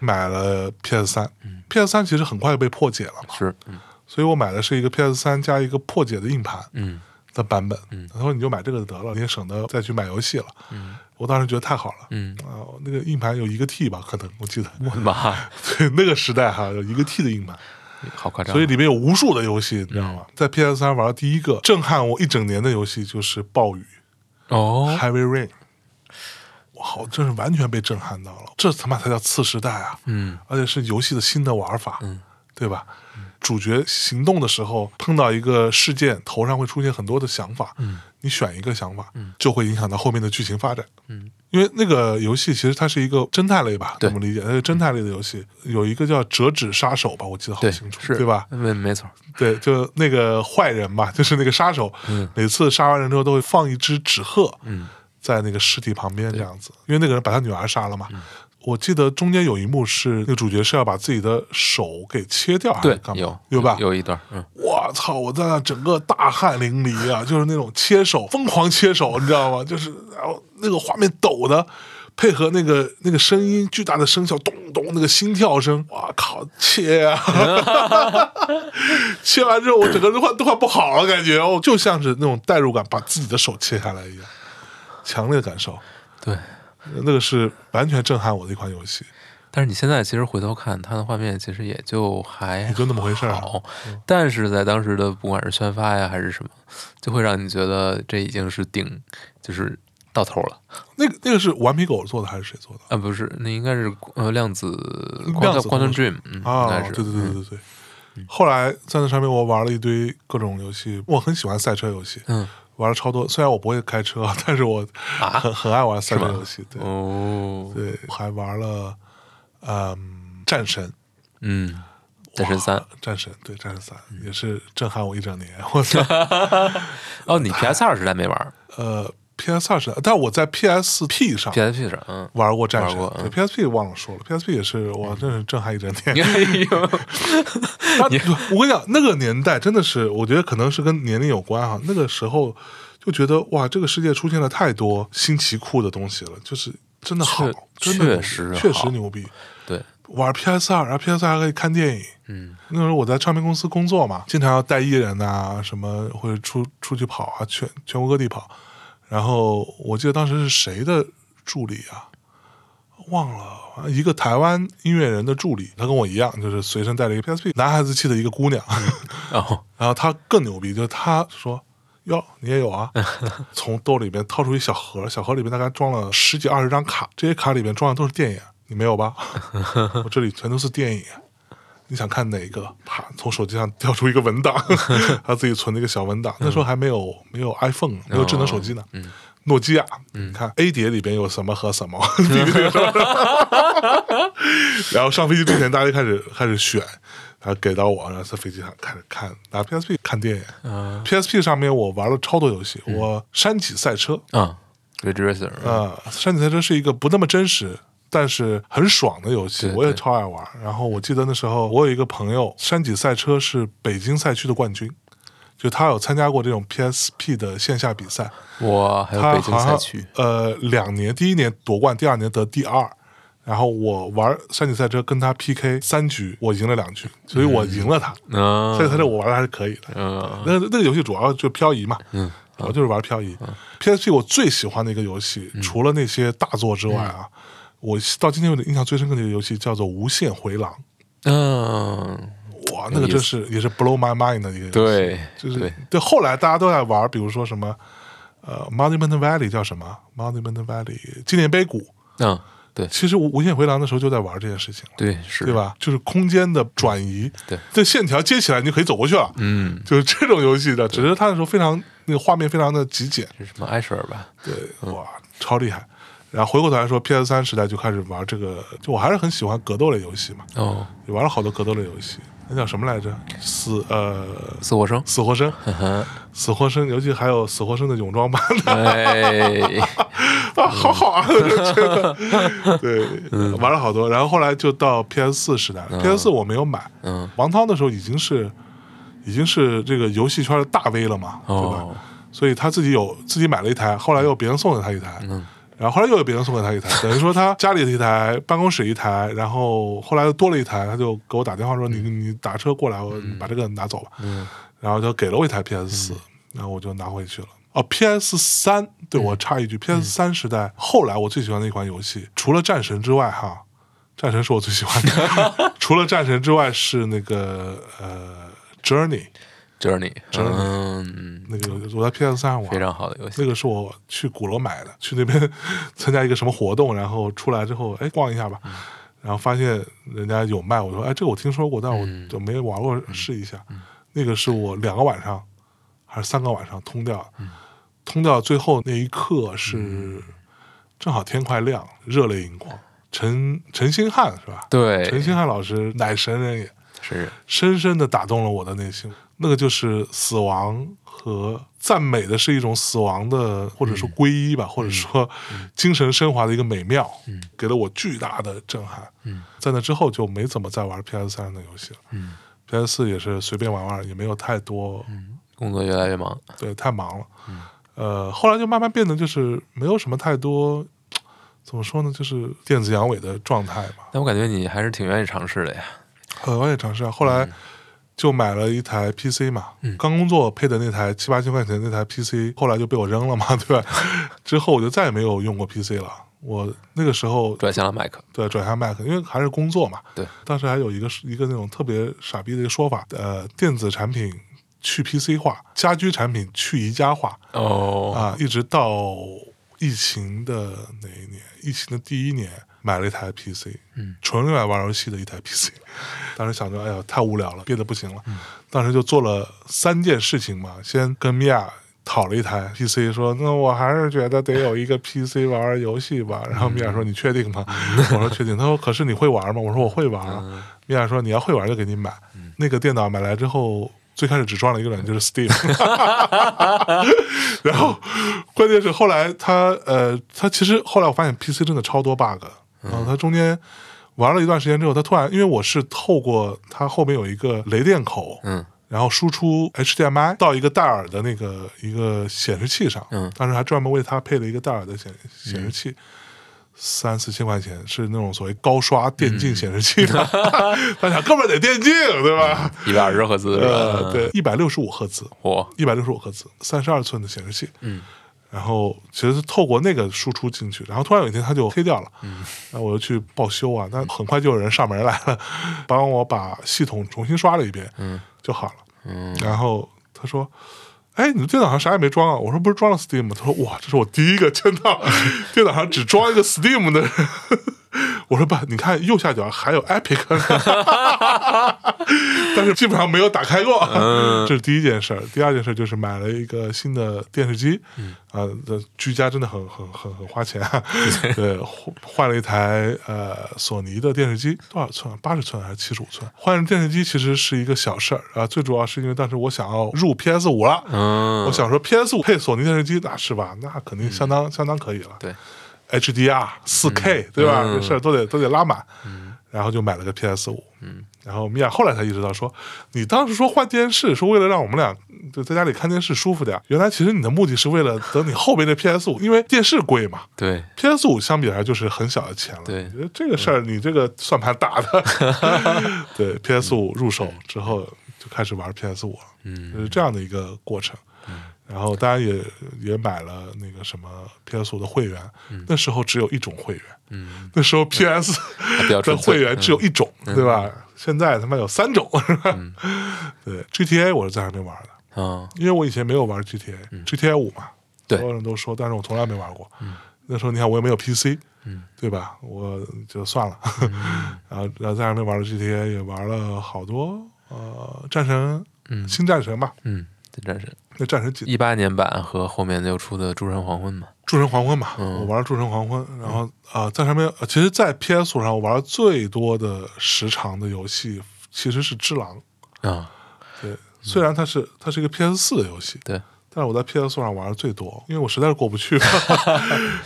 B: 买了 PS 三、p s 三其实很快就被破解了嘛，
A: 是，嗯
B: 所以我买的是一个 PS 三加一个破解的硬盘。
A: 嗯
B: 的版本。他说你就买这个得了，你也省得再去买游戏了。
A: 嗯
B: 我当时觉得太好了。
A: 嗯，
B: 啊、那个硬盘有一个 T 吧，可能我记得，
A: 我的妈呀，
B: 对那个时代哈，有一个 T 的硬盘，
A: 嗯好夸张！啊
B: 所以里面有无数的游戏，你知道
A: 嗯
B: 吗？在 PS 三玩的第一个震撼我一整年的游戏就是《暴雨
A: 哦，
B: Heavy Rain》，我好，真是完全被震撼到了，这他妈才叫次时代啊！
A: 嗯
B: 而且是游戏的新的玩法，
A: 嗯
B: 对吧？主角行动的时候碰到一个事件，头上会出现很多的想法，
A: 嗯
B: 你选一个想法，
A: 嗯
B: 就会影响到后面的剧情发展。
A: 嗯
B: 因为那个游戏其实它是一个侦探类吧，
A: 对
B: 怎么理解？它是侦探类的游戏，有一个叫折纸杀手吧，我记得好
A: 对，
B: 清楚，
A: 是，
B: 对吧？
A: 没没错，
B: 对，就那个坏人嘛，就是那个杀手，
A: 嗯
B: 每次杀完人之后都会放一只纸鹤，
A: 嗯
B: 在那个尸体旁边这样子，因为那个人把他女儿杀了
A: 嗯
B: 嘛。我记得中间有一幕是那个主角是要把自己的手给切掉，还是
A: 对，
B: 干嘛
A: 有
B: 对吧？
A: 有一段，嗯，
B: 我操！我在那整个大汗淋漓啊，就是那种切手，疯狂切手，你知道吗？就是然后那个画面抖的，配合那个那个声音巨大的声效，咚咚那个心跳声，我靠，切啊！ 切完之后，我整个人都快都快不好了，感觉我就像是那种代入感，把自己的手切下来一样，强烈的感受。
A: 对。
B: 那个是完全震撼我的一款游戏，
A: 但是你现在其实回头看它的画面，其实也就还
B: 也就那么回事儿啊。
A: 好，但是在当时的不管是宣发呀还是什么，就会让你觉得这已经是顶，就是到头了
B: 那个那个是顽皮狗做的还是谁做的？
A: 啊！不是，那应该是呃量子
B: 量
A: 光
B: 子
A: 光
B: 光
A: 圈 dream，嗯，应
B: 啊，
A: 该
B: 对
A: 是
B: 对对
A: 嗯
B: 对对。后来在那上面，我玩了一堆各种游戏，我很喜欢赛车游戏，
A: 嗯
B: 玩了超多。虽然我不会开车，但是我
A: 啊
B: 很很爱玩赛车
A: 是吗
B: 游戏。对
A: 哦，
B: 对，还玩了嗯，战神，
A: 嗯，战神三
B: 哇战神对战神三
A: 嗯
B: 也是震撼我一整年。 我操，
A: 哦，你 PS 二时代没玩
B: 呃，PS 二是，但我在 PSP 上。
A: ，PSP 上，嗯，
B: 玩过战
A: 玩
B: 神，
A: 过
B: 对 PSP 忘了说了，PSP 也是我真是震撼一整天。
A: 哎呦，
B: 他，我跟你讲，那个年代真的是，我觉得可能是跟年龄有关哈。那个时候就觉得哇，这个世界出现了太多新奇酷的东西了，就是真的好，
A: 确
B: 真的牛
A: 确
B: 逼
A: 实好
B: 确实牛逼。
A: 对，
B: 玩 PS 二，然后 PS 二还可以看电影。
A: 嗯
B: 那时候我在唱片公司工作嘛，经常要带艺人呐、什么或者出出去跑啊，全全国各地跑。然后我记得当时是谁的助理啊？忘了，反正一个台湾音乐人的助理，他跟我一样，就是随身带了一个 PSP，男孩子气的一个姑娘。
A: 哦，
B: 然后他更牛逼，就是他说：“哟，你也有啊？”从兜里面掏出一小盒，小盒里面大概装了十几二十张卡，这些卡里面装的都是电影，你没有吧？我这里全都是电影，你想看哪个？啪，从手机上调出一个文档，他自己存了一个小文档。那时候还没有没有 iPhone，没有智能手机呢。诺基亚，你看 A 碟里边有什么和什么 ，B 碟有什么，然后上飞机之前大家就开始开始选，然后给到我，然后在飞机上开始看，拿 PSP 看电影。
A: 嗯
B: PSP 上面我玩了超多游戏，我山脊赛车
A: 啊，Ridge Racer，嗯
B: 啊、山脊赛车是一个不那么真实。但是很爽的游戏，
A: 对
B: 我也
A: 对
B: 超爱玩。然后我记得那时候，我有一个朋友，山脊赛车是北京赛区的冠军，就他有参加过这种 PSP 的线下比赛，
A: 我还有
B: 他
A: 北京赛
B: 好
A: 区
B: 像，呃两年，第一年夺冠，第二年得第二。然后我玩山地赛车跟他 PK 三局，我赢了两局，所以我赢了他。
A: 嗯
B: 山地赛车我玩的还是可以的。
A: 嗯
B: 那个那个游戏主要就漂移嘛，
A: 嗯，
B: 主要就是玩漂移。PSP 我最喜欢的一个游戏，
A: 嗯
B: 除了那些大作之外啊，我到今天为止印象最深刻的一个游戏叫做《无限回廊
A: 嗯，》。
B: 哇，那个真是也是 blow my mind 的一个游戏。
A: 对，
B: 就是
A: 对，
B: 后来大家都在玩，比如说什么，呃，Monument Valley 叫什么？Monument Valley 纪念碑谷。
A: 嗯，对
B: 其实无无限回廊的时候就在玩这件事情了，
A: 对是，
B: 对？吧？就是空间的转移，
A: 对，
B: 这线条接起来你就可以走过去了，
A: 嗯，
B: 就是这种游戏的。只是它的时候非常那个画面非常的极简，
A: 这是什么艾舍尔吧？
B: 对，哇，超厉害。然后回过头来说，PS 三时代就开始玩这个，就我还是很喜欢格斗类游戏嘛，
A: 哦，
B: 也玩了好多格斗类游戏。那叫什么来着？死呃，
A: 死活生，
B: 死 活生，
A: 嗯哼，
B: 死活生，尤其还有死活生的泳装版的，
A: 嗯哎，
B: 啊， 好好啊，我就觉得，对，
A: 嗯
B: 玩了好多，然后后来就到 PS 四时代了、p s 四我没有买，
A: 嗯，
B: 王涛那时候已经是已经是这个游戏圈的大 V 了嘛，对吧？
A: 哦，
B: 所以他自己有自己买了一台，后来又别人送给他一台，然后后来又有别人送给他一台，等于说他家里的一台，办公室一台，然后后来又多了一台，他就给我打电话说：“你你打车过来，我你把这个拿走吧。”然后就给了我一台 PS 四、然后我就拿回去了。哦，PS 三，对我插一句，PS 三时代后来我最喜欢的一款游戏，除了战神之外，哈，战神是我最喜欢的，除了战神之外是那个呃 Journey
A: 就是你，嗯，
B: 那个游戏，我在 PS 三玩
A: 非。常好的游戏，
B: 那个是我去鼓楼买的，去那边 参加一个什么活动，然后出来之后，哎，逛一下吧，然后发现人家有卖，我说，哎，这个我听说过，但我就没玩过，试一下。那个是我两个晚上还是三个晚上通掉，通掉最后那一刻是正好天快亮，热泪盈眶。陈陈星汉是吧？
A: 对，
B: 陈星汉老师乃神人也，
A: 是
B: 深深的打动了我的内心。那个就是死亡和赞美的是一种死亡的，或者说皈依吧，或者说精神升华的一个美妙，给了我巨大的震撼。在那之后就没怎么再玩 PS 三的游戏了。PS 四也是随便玩玩，也没有太多，
A: 工作越来越忙，
B: 对，太忙了。呃，后来就慢慢变得就是没有什么太多，怎么说呢，就是电子阳痿的状态吧。
A: 但我感觉你还是挺愿意尝试的呀，
B: 呃，我也尝试啊。后来就买了一台 PC 嘛，刚工作配的那台七八千块钱那台 PC，后来就被我扔了嘛， 对吧？之后我就再也没有用过 PC 了。我那个时候
A: 转向了麦克，
B: 对转向 Mac，因为还是工作嘛。
A: 对，
B: 当时还有一个一个那种特别傻逼的一个说法，呃，电子产品去 PC 化，家居产品去宜家化
A: 哦，
B: 啊，一直到疫情的哪一年？疫情的第一年买了一台 PC，
A: 嗯，
B: 纯用来玩游戏的一台 PC。当时 想着，哎呀，太无聊了，憋得不行了。当时就做了三件事情嘛，先跟米娅讨了一台 PC，说那我还是觉得得有一个 PC 玩玩游戏吧。然后米娅说：“你确定吗？”我说：“确定。”他说：“可是你会玩吗？”我说：“我会玩啊。”米娅说：“你要会玩就给你买。”那个电脑买来之后。最开始只装了一个软件，就是 Steam，然 后关键是后来他呃，他其实后来我发现 PC 真的超多 bug，然后他中间玩了一段时间之后，他突然因为我是透过它后面有一个雷电口，
A: 嗯，
B: 然后输出 HDMI 到一个戴尔的那个一个显示器上，
A: 嗯
B: 当时还专门为它配了一个戴尔的显显示器。三四千块钱是那种所谓高刷电
A: 嗯
B: 竞显示器 吧？他想哥们儿得电竞对吧？
A: 一百二十赫兹是吧？
B: 呃，，对，一百六十五赫兹，
A: 我，
B: 一百六十五赫兹，三十二寸的显示器，嗯，然后其实是透过那个输出进去，然后突然有一天它就黑掉了，嗯， 然后我就去报修啊，但很快就有人上门来了，帮我把系统重新刷了一遍，嗯，就好了，嗯，然后他说。哎，你的电脑上啥也没装啊？我说不是装了 Steam 吗？他说哇，这是我第一个见到电脑上只装一个 Steam 的人。 我说爸，你看右下角还有 Epic，但 是基本上没有打开过。 这是第一件事儿，第二件事就是买了一个新的电视机，啊、这居家真的很很很很花钱、啊，对，换换了一台呃索尼的电视机，多少寸啊？八十寸还是七十五寸？换电视机其实是一个小事儿啊，最主要是因为当时我想要入 PS 五了，
A: 嗯
B: 我，想说 PS 五配索尼电视机，那是吧？那肯定相当、相当可以了。
A: 对，
B: HDR、4K，、对吧？这事儿都得都得拉满。然后就买了个 PS 五，嗯，然后米娅后来才意识到说，你当时说换电视是为了让我们俩就在家里看电视舒服点儿，原来其实你的目的是为了等你后边的 PS 五，因为电视贵嘛
A: 对，
B: ，PS 五相比来就是很小的钱了，
A: 对，嗯
B: 这个事儿你这个算盘打 的，对，PS 五入手之后就开始玩 PS 五了，
A: 嗯，
B: 就是这样的一个过程。然后当然也也买了那个什么 PS 五的会员，那时候只有一种会员，
A: 嗯，
B: 那时候 PS
A: 比较
B: 的
A: 纯粹
B: 会员只有一种，
A: 嗯
B: 对吧？现在他妈有三种，是吧？对 GTA 我是在还没玩的，
A: 啊，
B: 因为我以前没有玩 GTA，GTA、GTA 五嘛，
A: 嗯对嗯
B: 所有人都说，但是我从来没玩过。那时候你看我也没有 PC，对吧？我就算了，
A: 嗯
B: 然后然后在还没玩的 GTA 也玩了好多，呃，战神，
A: 嗯
B: 新战神吧，
A: 嗯，这战神
B: 那战神几
A: 一八年版和后面又出的《诸神黄昏》嘛，
B: 诸神黄昏嘛，
A: 嗯
B: 我玩了诸神黄昏，然后啊、呃在上面，呃其实，在 PS 五上我玩最多的时长的游戏其实是《只狼》，
A: 啊，
B: 对，虽然它是它是一个 PS 四的游戏，
A: 对，
B: 但是我在 PS 上玩的最多，因为我实在是过不去。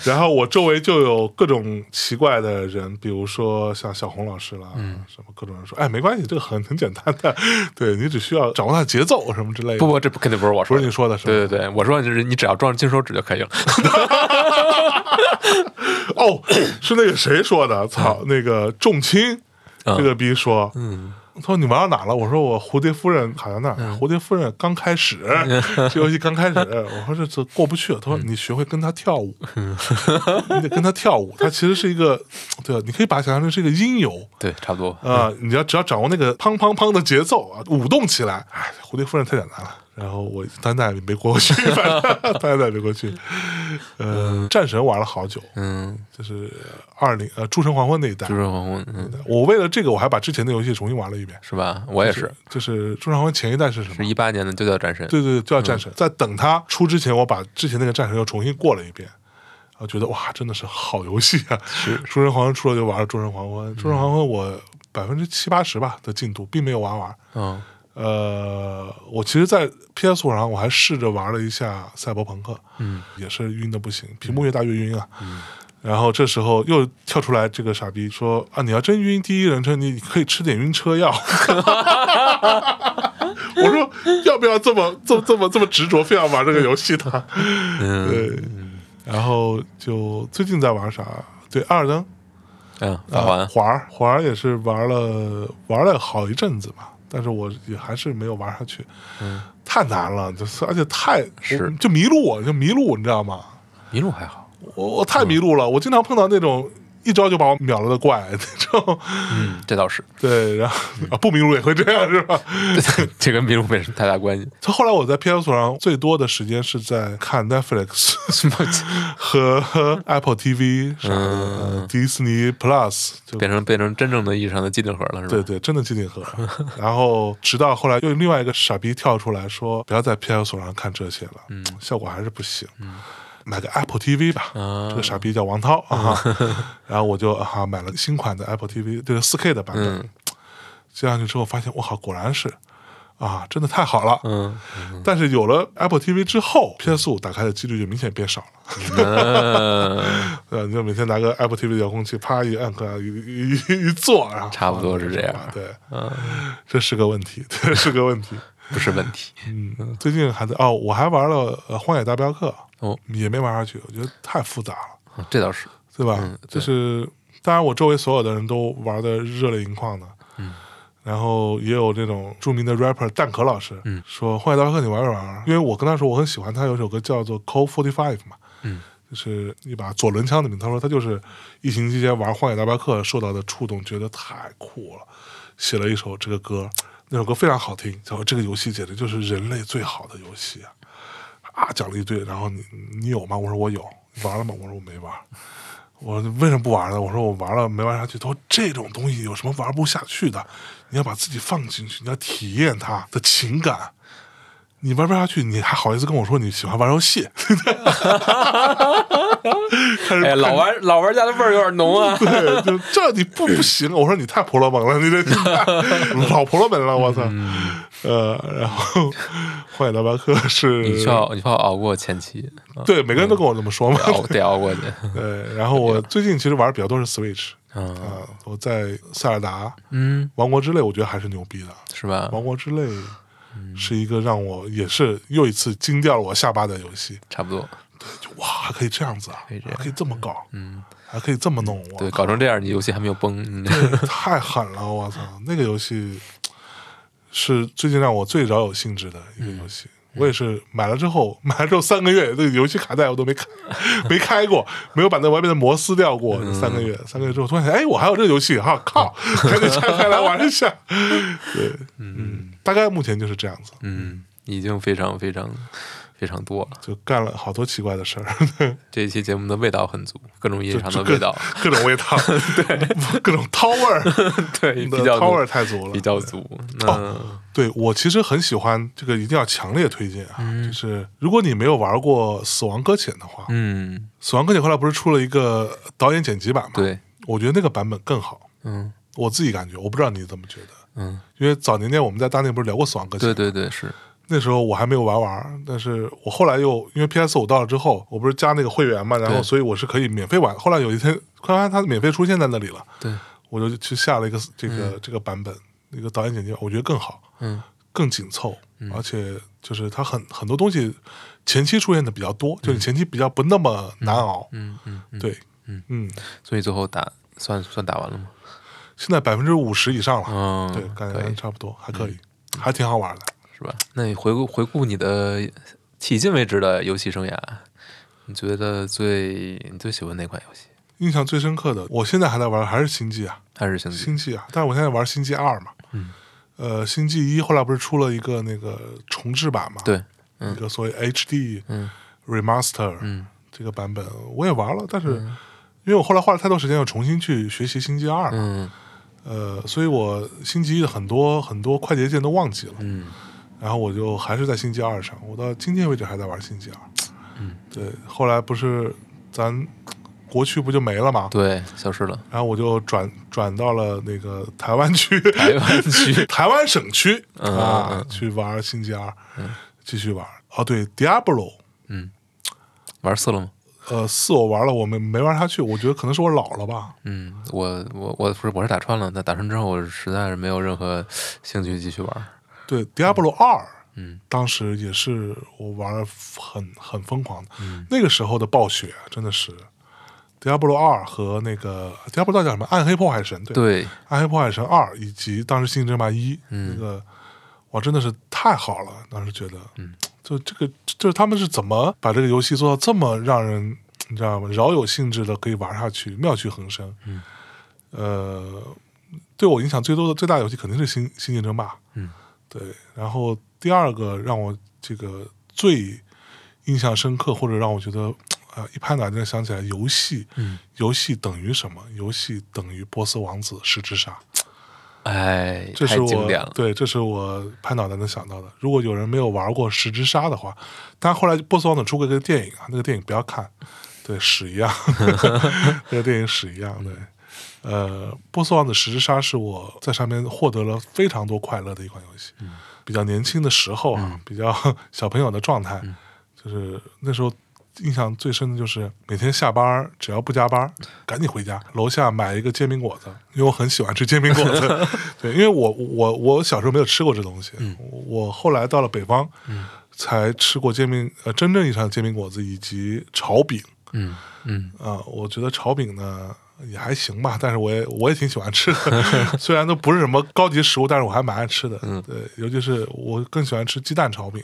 B: 然后我周围就有各种奇怪的人，比如说像小红老师啦，
A: 嗯
B: 什么各种人说，哎，没关系，这个很很简单的，对你只需要掌握它的节奏什么之类的。
A: 不不，这不肯定不是我
B: 不
A: 说
B: 是
A: 的
B: 你，说的是吧？
A: 对对对，我说就是你只要装金手指就可以了，
B: 哦，是那个谁说的？操，那个重青
A: 嗯
B: 这个逼说，嗯，他说你玩到哪了？我说我蝴蝶夫人好像那儿，蝴蝶夫人刚开始， 这游戏刚开始，我说这这过不去了。他说你学会跟他跳舞，你得跟他跳舞。它其实是一个，对，啊你可以把它想象成是一个音游。
A: 对，差不多，
B: 啊、你要只要掌握那个砰砰砰的节奏啊，舞动起来，哎，蝴蝶夫人太简单了。然后我单带也没过去，反正单带也没过去。呃，战神玩了好久，
A: 嗯，
B: 就是二零呃《诸神黄昏》那一代
A: 《诸。神黄昏》嗯，
B: 我为了这个，我还把之前的游戏重新玩了一遍。
A: 是吧？我也是，，
B: 就是《诸神黄昏》前一代是什
A: 是
B: 么？
A: 一八年的就叫战神，
B: 对对对，叫战神。在等它出之前，我把之前那个战神又重新过了一遍。然后觉得哇，真的是好游戏啊！《诸神黄昏》出了就玩了《诸神黄昏》，《诸神黄昏》我百分之七八十吧的进度，并没有玩完。
A: 嗯
B: 呃，我其实，在 PS 五上我还试着玩了一下《赛博朋克》，
A: 嗯，
B: 也是晕的不行，屏幕越大越晕啊。然后这时候又跳出来这个傻逼说啊，你要真晕第一人称，你可以吃点晕 车药。我说要不要这么这么这么这么执着，非要玩这个游戏呢？
A: 嗯
B: 对，然后就最近在玩啥？对，《艾尔登》
A: 嗯，法环，
B: 啊环儿环儿也是玩了玩了好一阵子吧，但是我也还是没有玩下去，
A: 嗯，
B: 太难了，就是而且太
A: 是
B: 我就迷路我，就迷路，你知道吗？
A: 麋鹿还好，
B: 我我太迷路了，我经常碰到那种一招就把我秒了的怪， 那种
A: 嗯，这倒是，
B: 对，然后、
A: 嗯
B: 啊不迷路也会这样是吧？
A: 这跟麋鹿没什么太大关系，
B: 他后来我在 PS 上最多的时间是在看 Netflix 嗯和和 Apple TV 啥的、
A: 嗯
B: 呃 Disney Plus 就
A: 变成变成真正的意义上的机顶盒了，是吧？
B: 对对，真的机顶盒。 然后直到后来又另外一个傻逼跳出来说，不要在 PS 上看这些了，嗯，效果还是不行。买个 Apple TV 吧，
A: 嗯啊嗯
B: 这个傻逼叫王涛啊， 然后我就啊买了新款的 Apple TV，这个4 K 的版本
A: 嗯。
B: 接上去之后发现，我靠，果然是啊，真的太好了。
A: 嗯，
B: 但是有了 Apple TV 之后，PS 五打开的几率就明显变少了。
A: 嗯，
B: 呃，你就每天拿个 Apple TV 的遥控器，啪一按，可一一一一坐，然后
A: 差不多是这样啊
B: 对，这是个问题，这是个问题。
A: 不是问题，
B: 嗯，最近还在哦，我还玩了呃《荒野大镖客》，
A: 哦，
B: 也没玩下去，我觉得太复杂了，
A: 嗯这倒 是，
B: 对吧？
A: 嗯对
B: 就是当然，我周围所有的人都玩的热泪盈眶的，
A: 嗯。
B: 然后也有这种著名的 rapper 蛋壳老师，
A: 嗯
B: 说《荒野大镖客》你玩没玩？因为我跟他说我很喜欢他有首歌叫做《Call Forty Five》嘛，
A: 嗯，
B: 就是一把左轮枪的名字。他说他就是疫情期间玩《荒野大镖客》受到的触动，觉得太酷了，写了一首这个歌，那首歌非常好听。他说这个游戏简直就是人类最好的游戏啊！啊，讲了一堆。然后你你有吗？我说我有。你玩了吗？我说我没玩。我说为什么不玩呢？我说我玩了没玩下去。他说这种东西有什么玩不下去的？你要把自己放进去，你要体验它的情感。你玩不下去，你还好意思跟我说你喜欢玩游戏？开始
A: 哎，老玩老玩家的味儿有点浓 啊，
B: 对，就这你不不行，我说你太婆罗门了，你这老婆罗门了，我操，呃，然后《荒野大镖客》
A: 你需
B: 是，
A: 要你需要熬过前期，啊
B: 对，每个人都跟我这么说嘛，
A: 得熬得熬过去，
B: 对，然后我最近其实玩的比较多是 Switch，
A: 嗯
B: 啊，我在塞尔达《
A: 嗯，
B: 王国之泪》，我觉得还是牛逼的，
A: 是吧
B: 《？王国之泪》是一个让我也是又一次惊掉了我下巴的游戏。
A: 差不多，
B: 就哇，还可以这样子啊，
A: 可以这样
B: 还可以这么搞，
A: 嗯，
B: 还可以这么弄，我
A: 对，搞成这样，你游戏还没有崩，嗯你这
B: 太狠了！我操，那个游戏是最近让我最饶有兴致的一个游
A: 嗯
B: 戏。我也是买了之后， 买了之后三个月，这个游戏卡带我都没开， 没开过，没有把那外面的膜撕掉过。
A: 嗯
B: 三个月，三个月之后突然想，哎，我还有这个游戏哈， 靠，赶紧拆开来玩一下。对，嗯，大概目前就是这样子，
A: 嗯，已经非常非常非常多了。
B: 就干了好多奇怪的事儿，
A: 这一期节目的味道很足，各种意义上的
B: 就各
A: 味道，
B: 各种 味道，对，各种掏味儿，
A: 对，比较
B: 掏味
A: 多
B: 儿太足了，哦
A: 比较嗯足。那
B: 对我其实很喜欢这个，一定要强烈推荐啊！就是如果你没有玩过《死亡搁浅》的话，
A: 嗯，
B: 死亡搁浅》后来不是出了一个导演剪辑版吗？，
A: 对，
B: 我觉得那个版本更好，
A: 嗯
B: 我自己感觉，我不知道你怎么觉得。
A: 嗯，
B: 因为早年间我们在大内不是聊过《死亡搁浅》
A: 对，对对，是，
B: 那时候我还没有玩完，但是我后来又因为 PS 五到了之后，我不是加那个会员嘛，然后
A: 对
B: 所以我是可以免费玩。后来有一天，突然它免费出现在那里了，
A: 对，
B: 我就去下了一个这个、这个版本，那个导演剪辑版，我觉得更好。
A: 嗯
B: 更紧凑，而且就是它很很多东西前期出现的比较多，就是前期比较不那么难熬。
A: 嗯嗯嗯，
B: 对，
A: 嗯
B: 嗯，
A: 所以最后打算算打完了吗？
B: 现在百分之五十以上了，
A: 嗯，
B: 对，感
A: 可
B: 觉
A: 以嗯
B: 差不多，还可以，还挺好玩的。
A: 是吧？那你回顾回顾你的迄今为止的游戏生涯，你觉得最你最喜欢哪款游戏？
B: 印象最深刻的，我现在还在玩，还是星际啊，
A: 还是星际？
B: 星际啊，但是我现在玩星际二嘛，
A: 嗯，
B: 呃，星际一后来不是出了一个那个重置版嘛，，
A: 对，
B: 一个所谓 HD
A: 嗯
B: remaster，
A: 嗯
B: 这个版本我也玩了，但是因为我后来花了太多时间，又重新去学习星际二，
A: 嗯
B: 呃，所以我星期一的很多很多快捷键都忘记了，
A: 嗯
B: 然后我就还是在星期二上，我到今天为止还在玩星期二。
A: 嗯，
B: 对，后来不是咱国区不就没了嘛，
A: 对，消失了。
B: 然后我就转转到了那个台湾区，
A: 台湾区
B: 台湾省区
A: 嗯
B: 啊，
A: 嗯嗯嗯
B: 去玩星期二，继续玩。哦，对，Diablo，
A: 玩四了吗？
B: 呃，四我玩了，我没没玩下去，我觉得可能是我老了吧。
A: 嗯，我我我不是我是打穿了，但打穿之后我实在是没有任何兴趣继续玩。
B: 对，Diablo 二，
A: 嗯，
B: 当时也是我玩的很很疯狂的，
A: 嗯
B: 那个时候的暴雪真的是。Diablo 二和那个 Diablo 二叫什么？暗黑破坏神对，
A: 对，
B: 暗黑破坏神二以及当时星际争霸一，
A: 嗯
B: 那个哇，真的是太好了，当时觉得，嗯，就这个就是他们是怎么把这个游戏做到这么让人你知道吗？饶有兴致的可以玩下去，妙趣横生。
A: 嗯，
B: 呃，对我影响最多的最大的游戏肯定是星《星际争霸》。
A: 嗯，
B: 对。然后第二个让我这个最印象深刻，或者让我觉得啊、一拍脑袋想起来，游戏，
A: 嗯，
B: 游戏等于什么？游戏等于《波斯王子十之杀》。
A: 哎，
B: 这
A: 太
B: 是
A: 经
B: 我
A: 典了。
B: 对，这是我拍脑袋能想到的。如果有人没有玩过《十之杀》的话，但后来波斯王子出过一个电影啊，那个电影不要看，对屎一 样，那个电影屎一样。对，呃，《波斯王子十之杀》是我在上面获得了非常多快乐的一款游戏。
A: 嗯
B: 比较年轻的时候啊，比较 小朋友的状
A: 嗯
B: 态，就是那时候。印象最深的就是每天下班儿只要不加班儿，赶紧回家，楼下买一个煎饼果子，因为我很喜欢吃煎饼果子。对，因为我我我小时候没有吃过这东西，我后来到了北方，才吃过煎饼，呃，真正意义上的煎饼果子以及炒饼
A: 嗯嗯
B: 啊、我觉得炒饼呢也还行吧，但是我也我也挺喜欢吃的， 虽然都不是什么高级食物，但是我还蛮爱吃的。嗯，对，尤其是我更喜欢吃鸡蛋炒饼，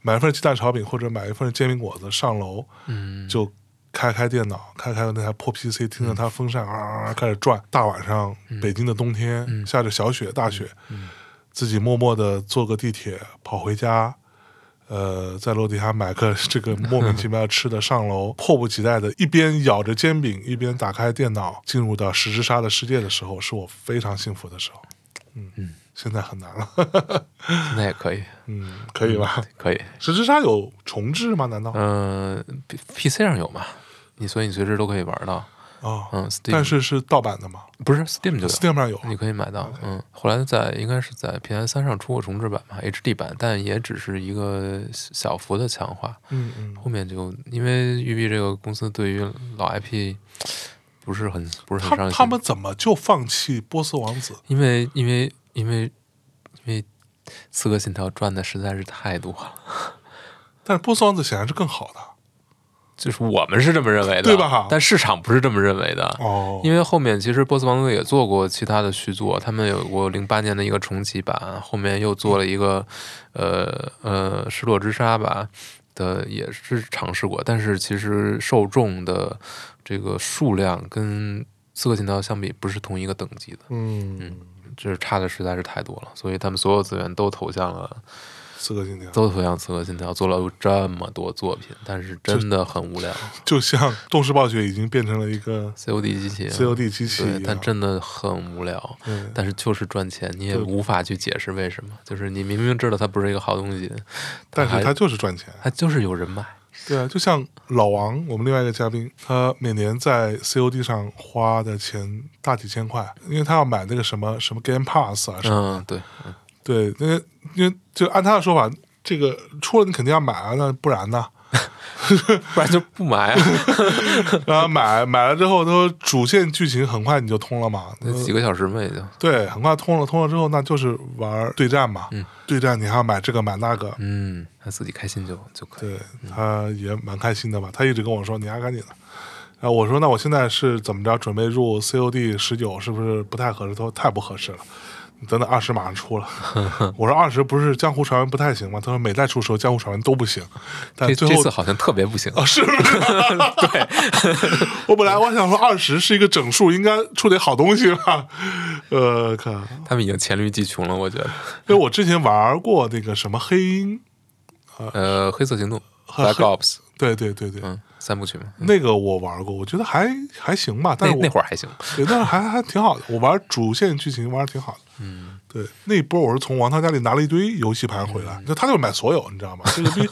B: 买一份鸡蛋炒饼或者买一份煎饼果子上楼，
A: 嗯，
B: 就开开电脑，开开那台破 PC，听着它风扇啊啊啊开始转，大晚上
A: 嗯
B: 北京的冬天、下着小雪大雪，自己默默的坐个地铁跑回家。呃，在楼底下买个这个莫名其妙吃的，上楼，迫不及待的，一边咬着煎饼，一边打开电脑，进入到十之杀的世界的时候，是我非常幸福的时候。嗯
A: 嗯，
B: 现在很难了。
A: 那也可以，
B: 嗯，可以吧？
A: 可以。
B: 十之杀有重置吗？难道？
A: 嗯、p p c 上有嘛？你所以你随时都可以玩到。
B: 啊，
A: 嗯，Steam
B: 但是是盗版的吗
A: 不是 Steam 就有。
B: ？Steam 上有。
A: 你可以买到，嗯，后来在应该是在 PS 三上出过重置版嘛，HD 版，但也只是一个小幅的强化。
B: 嗯嗯。
A: 后面就因为育碧这个公司对于老 IP 不不是很不是很
B: 他
A: 伤心。
B: 他们怎么就放弃波斯王子？
A: 因为因为因为因为《刺客信条》赚的实在是太多了，
B: 但是波斯王子显然是更好的
A: 就是我们是这么认为的，
B: 对吧
A: 但市场不是这么认为的。
B: 哦，
A: 因为后面其实波斯王子也做过其他的续作，他们有过零八年的一个重启版，后面又做了一个，呃呃，失落之沙吧的，也是尝试过，但是其实受众的这个数量跟刺客信条相比不是同一个等级的，
B: 嗯，
A: 就是差的实在是太多了，所以他们所有资源都投向了，
B: 刺客信条
A: 都投向刺客信条，做了这么多作品，但是真的很无聊
B: 就像动视暴雪已经变成了一个
A: ，COD 机器人
B: COD 机器
A: 对
B: 一，
A: 但嗯
B: 样，
A: 真的很无聊。
B: 对
A: 但是就是赚钱，你也
B: 对
A: 无法去解释为什么。就是你明明知道它不是一个好东西，
B: 但
A: 还
B: 是他就是赚钱。
A: 它就是有人买。
B: 对啊，就像老王，我们另外一个嘉宾，他每年在 COD 上花的钱大几千块，因为他要买那个什么什么 Game Pass 啊，什么
A: 嗯，对，
B: 对，那个因为就按他的说法，这个出了你肯定要买啊，那不然呢？
A: 不然就不买啊，
B: 嗯然后买买了之后，他说主线剧情很快你就通了嘛，
A: 那几个小时嘛也就。
B: 对，很快通了，通了之后那就是玩对战嘛，对战你还要买这个买那个，
A: 嗯，他自己开心就就可以。
B: 对，他也蛮开心的吧？他一直跟我说你压赶紧的。啊，我说那我现在是怎么着？准备入 COD 十九是不是不太合适？他说太不合适了，你等等二十马上 出了。我说二十不是江湖传闻不太行吗？他说每代出时候江湖传闻都不行，但
A: 这
B: 最
A: 这
B: 后
A: 次好像特别不行，
B: 啊 是，对， 我本来我想说二十是一个整数，应该出点好东西吧。 呃，看，
A: 他们已经黔驴技穷了，我觉得。
B: 因为我之前玩过那个什么黑鹰，啊
A: 呃，黑色行动
B: 呵
A: ，Black
B: 呵
A: Ops，
B: 对对对对，
A: 嗯，三部曲嘛，
B: 那个我玩过，我觉得还还行吧，但
A: 那
B: 是我
A: 那会儿还行。
B: 对，但是还还挺好的。我玩主线剧情玩的挺好的。嗯，对，那一波我是从王涛家里拿了一堆游戏盘回来，就他就买所有，你知道吗？这个逼，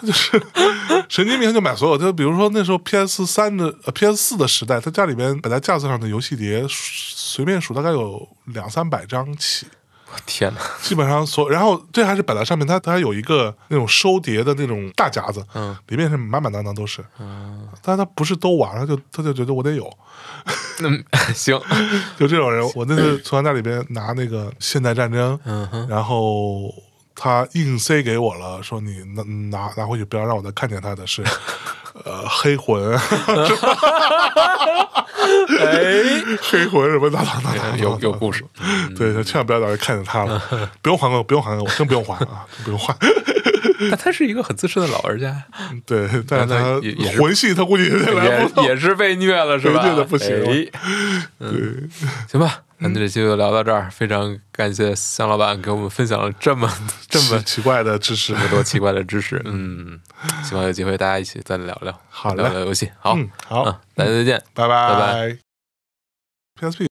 B: 他就是 神经病，他就买所有。就比如说那时候 PS 三的、呃、PS 四的时代，他家里边摆在架子上的游戏碟，随便数大概有两三百张起。
A: 我天哪，
B: 基本上所，然后这还是摆在上面，它它还有一个那种收碟的那种大夹子，
A: 嗯，
B: 里面是满满当当都是，嗯，但他不是都玩，他就他就觉得我得有，
A: 那行，
B: 就这种人，我那次从他那里边拿那个《现代战争》，
A: 嗯哼，
B: 然后他硬塞给我了，说你拿拿拿回去，不要让我再看见他的 是，呃，黑魂，
A: 哎，
B: 黑魂什么的，哒哒哒 哒
A: 有有嗯故事，
B: 对，千万不要让人看见他了，不用还给我，不用还给我，真不用还啊，真不用还。
A: 但他是一个很资深的老玩家，
B: 对，但
A: 那
B: 是他
A: 也也是
B: 魂系他估计也得 来
A: 也
B: 不到。
A: 也是被虐了是吧？
B: 被虐得不行嗯
A: 哎
B: 对，
A: 行吧，那这期就聊到这儿。非常感谢向老板给我们分享了这么这么
B: 奇奇怪的知识
A: 这。么多奇怪的知识。嗯，希望有机会大家一起再聊聊，
B: 好嘞嗯
A: 聊聊游戏。好，
B: 嗯，好，
A: 嗯，大家再见。
B: 拜
A: 拜
B: 拜 PSP